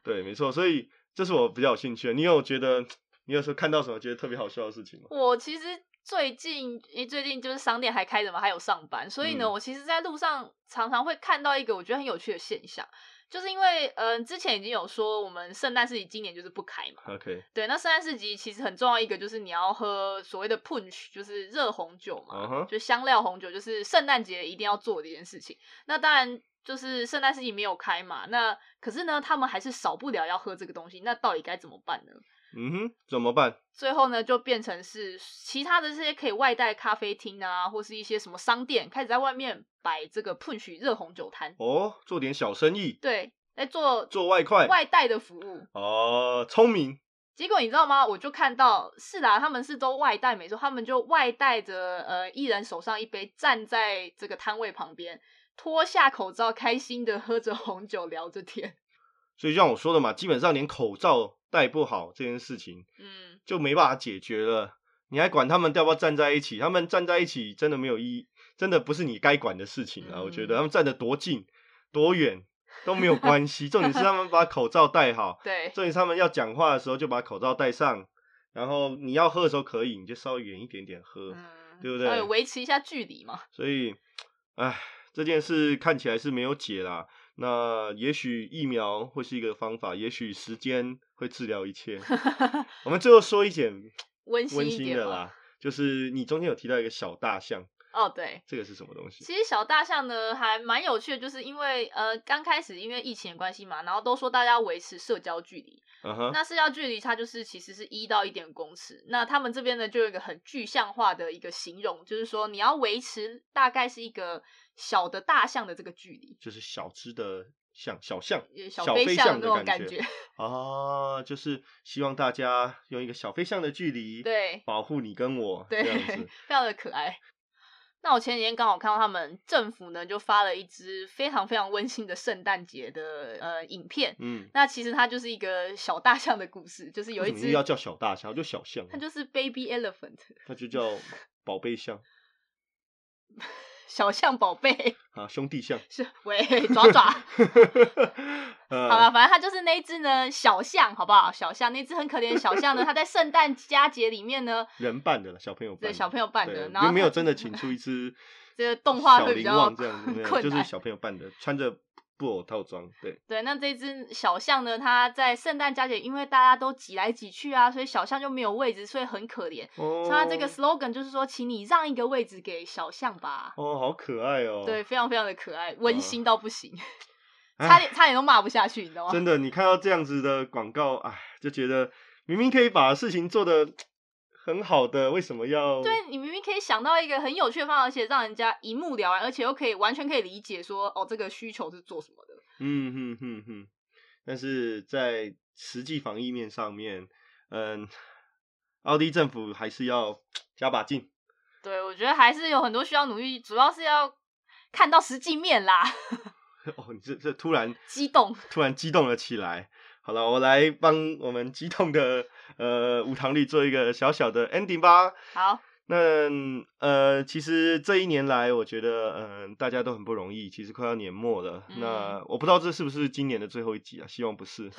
Speaker 2: 对，没错，所以这是我比较有兴趣的。你有觉得你有时候看到什么觉得特别好笑的事情吗？
Speaker 1: 我其实最近，因为最近就是商店还开着嘛，还有上班，所以呢，
Speaker 2: 嗯
Speaker 1: 我其实在路上常常会看到一个我觉得很有趣的现象，就是因为嗯、呃之前已经有说我们圣诞市集今年就是不开嘛，
Speaker 2: OK，
Speaker 1: 对，那圣诞市集其实很重要一个就是你要喝所谓的 punch，就是热红酒嘛。
Speaker 2: 嗯哼，
Speaker 1: 就香料红酒，就是圣诞节一定要做的一件事情。那当然就是圣诞市集没有开嘛，那可是呢，他们还是少不了要喝这个东西，那到底该怎么办呢？
Speaker 2: 嗯哼，怎么办？
Speaker 1: 最后呢，就变成是其他的这些可以外带咖啡厅啊，或是一些什么商店，开始在外面摆这个 punch 热红酒摊，
Speaker 2: 哦，做点小生意，
Speaker 1: 对，在做
Speaker 2: 做外快。
Speaker 1: 外带的服务。
Speaker 2: 哦，聪明，
Speaker 1: 结果你知道吗？我就看到是啦，他们是都外带，没错，他们就外带着呃，一人手上一杯，站在这个摊位旁边，脱下口罩，开心的喝着红酒，聊着天。
Speaker 2: 所以就像我说的嘛，基本上连口罩戴不好这件事情
Speaker 1: 嗯，
Speaker 2: 就没办法解决了。你还管他们要不要站在一起？他们站在一起真的没有意义，真的不是你该管的事情啊！我觉
Speaker 1: 嗯
Speaker 2: 得他们站得多近多远，都没有关系。重点是他们把口罩戴好，
Speaker 1: 对，
Speaker 2: 重点是他们要讲话的时候就把口罩戴上，然后你要喝的时候可以，你就稍微远一点点喝。
Speaker 1: 嗯
Speaker 2: 对不
Speaker 1: 稍微
Speaker 2: 对
Speaker 1: 维持一下距离嘛。
Speaker 2: 所以，唉，这件事看起来是没有解啦。那也许疫苗会是一个方法，也许时间会治疗 一切。我们最后说一点
Speaker 1: 温馨
Speaker 2: 温
Speaker 1: 一
Speaker 2: 馨
Speaker 1: 点
Speaker 2: 的
Speaker 1: 嘛
Speaker 2: 啦，就是你中间有提到一个小大象，
Speaker 1: 哦，对，
Speaker 2: 这个是什么东西？
Speaker 1: 其实小大象呢还蛮有趣的，就是因为呃刚开始因为疫情的关系嘛，然后都说大家维持社交距离，
Speaker 2: 嗯哼，
Speaker 1: 那社交距离它就是其实是一到一点公尺。那他们这边呢就有一个很具象化的一个形容，就是说你要维持大概是一个小的大象的这个距离。
Speaker 2: 就是小只的象，小象
Speaker 1: 也
Speaker 2: 小
Speaker 1: 飞
Speaker 2: 飞
Speaker 1: 象
Speaker 2: 象
Speaker 1: 那
Speaker 2: 的
Speaker 1: 种
Speaker 2: 感
Speaker 1: 觉，
Speaker 2: 啊，就是希望大家用一个小飞象的距离，，
Speaker 1: 对
Speaker 2: 保护你跟我
Speaker 1: 对，
Speaker 2: 这样 子
Speaker 1: 非。常的可爱。那我前几天刚好看到他们政府呢就发了一支非常非常温馨的圣诞节的呃影片，
Speaker 2: 嗯，
Speaker 1: 那其实它就是一个小大象的故事，就是有
Speaker 2: 为
Speaker 1: 一
Speaker 2: 什么又
Speaker 1: 只，
Speaker 2: 要叫小大象，就小象啊，
Speaker 1: 它就是 baby elephant
Speaker 2: 它就叫宝贝象
Speaker 1: 小象宝贝，
Speaker 2: 啊，兄 弟象。
Speaker 1: 是喂爪 爪。
Speaker 2: 呃，
Speaker 1: 好啊了，反正它就是那一只呢小象，好不好？小象那只很可怜的小象呢，它在圣诞佳节里面呢，
Speaker 2: 人扮的了，小朋友扮
Speaker 1: 对
Speaker 2: 的，
Speaker 1: 小朋友扮的，
Speaker 2: 对
Speaker 1: 然后
Speaker 2: 又没有
Speaker 1: 它
Speaker 2: 真 的请出一只
Speaker 1: 这个动画
Speaker 2: 小
Speaker 1: 会比
Speaker 2: 灵
Speaker 1: 较
Speaker 2: 旺这样子，没 有
Speaker 1: 困
Speaker 2: 就是
Speaker 1: 难
Speaker 2: 小朋友扮的，穿着布偶套装，对，
Speaker 1: 对，那这只小象呢，它在圣诞佳节，因为大家都挤来挤去啊，所以小象就没有位置，所以很可怜。所
Speaker 2: 哦
Speaker 1: 以它这个 slogan 就是说，请你让一个位置给小象吧。
Speaker 2: 哦，好可爱哦，
Speaker 1: 对，，非常非常的可爱，温
Speaker 2: 嗯
Speaker 1: 馨到不行， 差点差点都骂不下去，你知道吗？
Speaker 2: 真的，你看到这样子的广告，哎，就觉得明明可以把事情做的很好的，为什么要
Speaker 1: 对你明明可以想到一个很有趣的方法，而且让人家一目了然，而且又可以完全可以理解说，哦，这个需求是做什么的。
Speaker 2: 嗯哼哼哼，但是在实际防疫面上面，嗯，奥地利政府还是要加把劲。
Speaker 1: 对，我觉得还是有很多需要努力，主要是要看到实际面啦，
Speaker 2: 哦，你这这突然
Speaker 1: 激动。
Speaker 2: 突然激动了起来。好了，我来帮我们激动的呃无糖绿做一个小小的 ending 吧。
Speaker 1: 好，
Speaker 2: 那呃，其实这一年来，我觉得嗯、呃大家都很不容易。其实快要年末了，
Speaker 1: 嗯
Speaker 2: 那我不知道这是不是今年的最后一集啊？希望不是。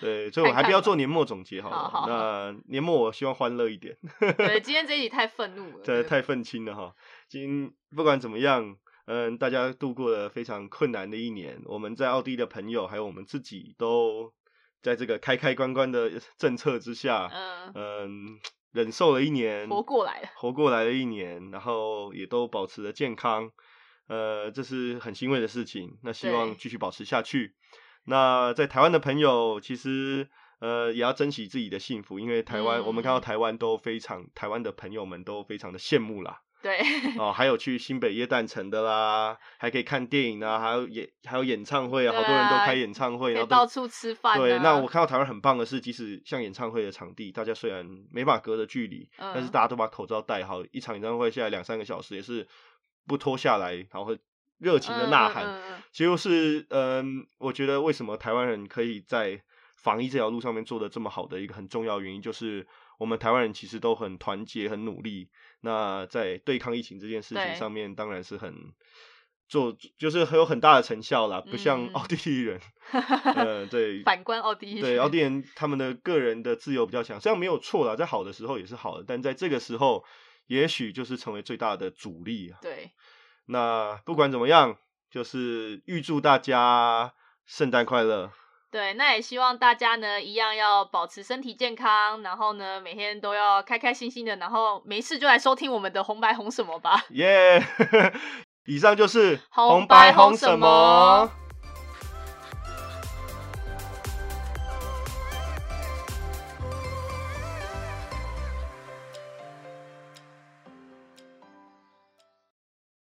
Speaker 2: 对，所以我
Speaker 1: 看
Speaker 2: 还不
Speaker 1: 看
Speaker 2: 要
Speaker 1: 吧
Speaker 2: 做年末总结好了。
Speaker 1: 好好好
Speaker 2: 那年末我希望欢乐一点，
Speaker 1: 对，今天这一集太愤怒了，
Speaker 2: 真的
Speaker 1: 对
Speaker 2: 太愤青了哈。今不管怎么样，嗯，大家度过了非常困难的一年。我们在奥地利的朋友，还有我们自己，都在这个开开关关的 政策之下，
Speaker 1: 嗯，
Speaker 2: 嗯，忍受了一年，
Speaker 1: 活过来了。
Speaker 2: 活过来了一年，然后也都保持了健康，呃，这是很欣慰的事情。那希望
Speaker 1: 对
Speaker 2: 继续保持下去。那在台湾的朋友，其实呃也要珍惜自己的幸福，因为台湾、
Speaker 1: 嗯
Speaker 2: 我们看到台湾都非常，台湾的朋友们都非常的羡慕啦。
Speaker 1: 对，
Speaker 2: 哦，还有去新北耶诞城的啦，还可以看电影啊，还有演还有演唱会啊，好多人都
Speaker 1: 对啊
Speaker 2: 开演唱会，
Speaker 1: 可
Speaker 2: 然
Speaker 1: 以
Speaker 2: 后都
Speaker 1: 到处吃饭、啊。
Speaker 2: 对，那我看到台湾很棒的是，即使像演唱会的场地，大家虽然没法隔着距离，但
Speaker 1: 嗯
Speaker 2: 是大家都把口罩戴好，一场演唱会下来两三个小时也是不脱下来，然后会热情的呐喊。
Speaker 1: 嗯嗯嗯
Speaker 2: 其实就是，嗯，我觉得为什么台湾人可以在防疫这条路上面做的这么好的一个很重要原因，就是我们台湾人其实都很团结、很努力。那在对抗疫情这件事情
Speaker 1: 对
Speaker 2: 上面，当然是很做，就是很有很大的成效啦，不像
Speaker 1: 嗯
Speaker 2: 奥地利 人，
Speaker 1: 嗯
Speaker 2: 呃，对，
Speaker 1: 反观奥地利，
Speaker 2: 对，奥地利人他们的个人的自由比较强，虽然没有错啦，在好的时候也是好的，但在这个时候，也许就是成为最大的阻力啊。
Speaker 1: 对，
Speaker 2: 那不管怎么样，就是预祝大家圣诞快乐。
Speaker 1: 对，那也希望大家呢一样要保持身体健康，然后呢每天都要开开心心的，然后没事就来收听我们的红白红什么吧。
Speaker 2: 耶、以上就是
Speaker 1: 红白
Speaker 2: 红
Speaker 1: 红什
Speaker 2: 什
Speaker 1: 么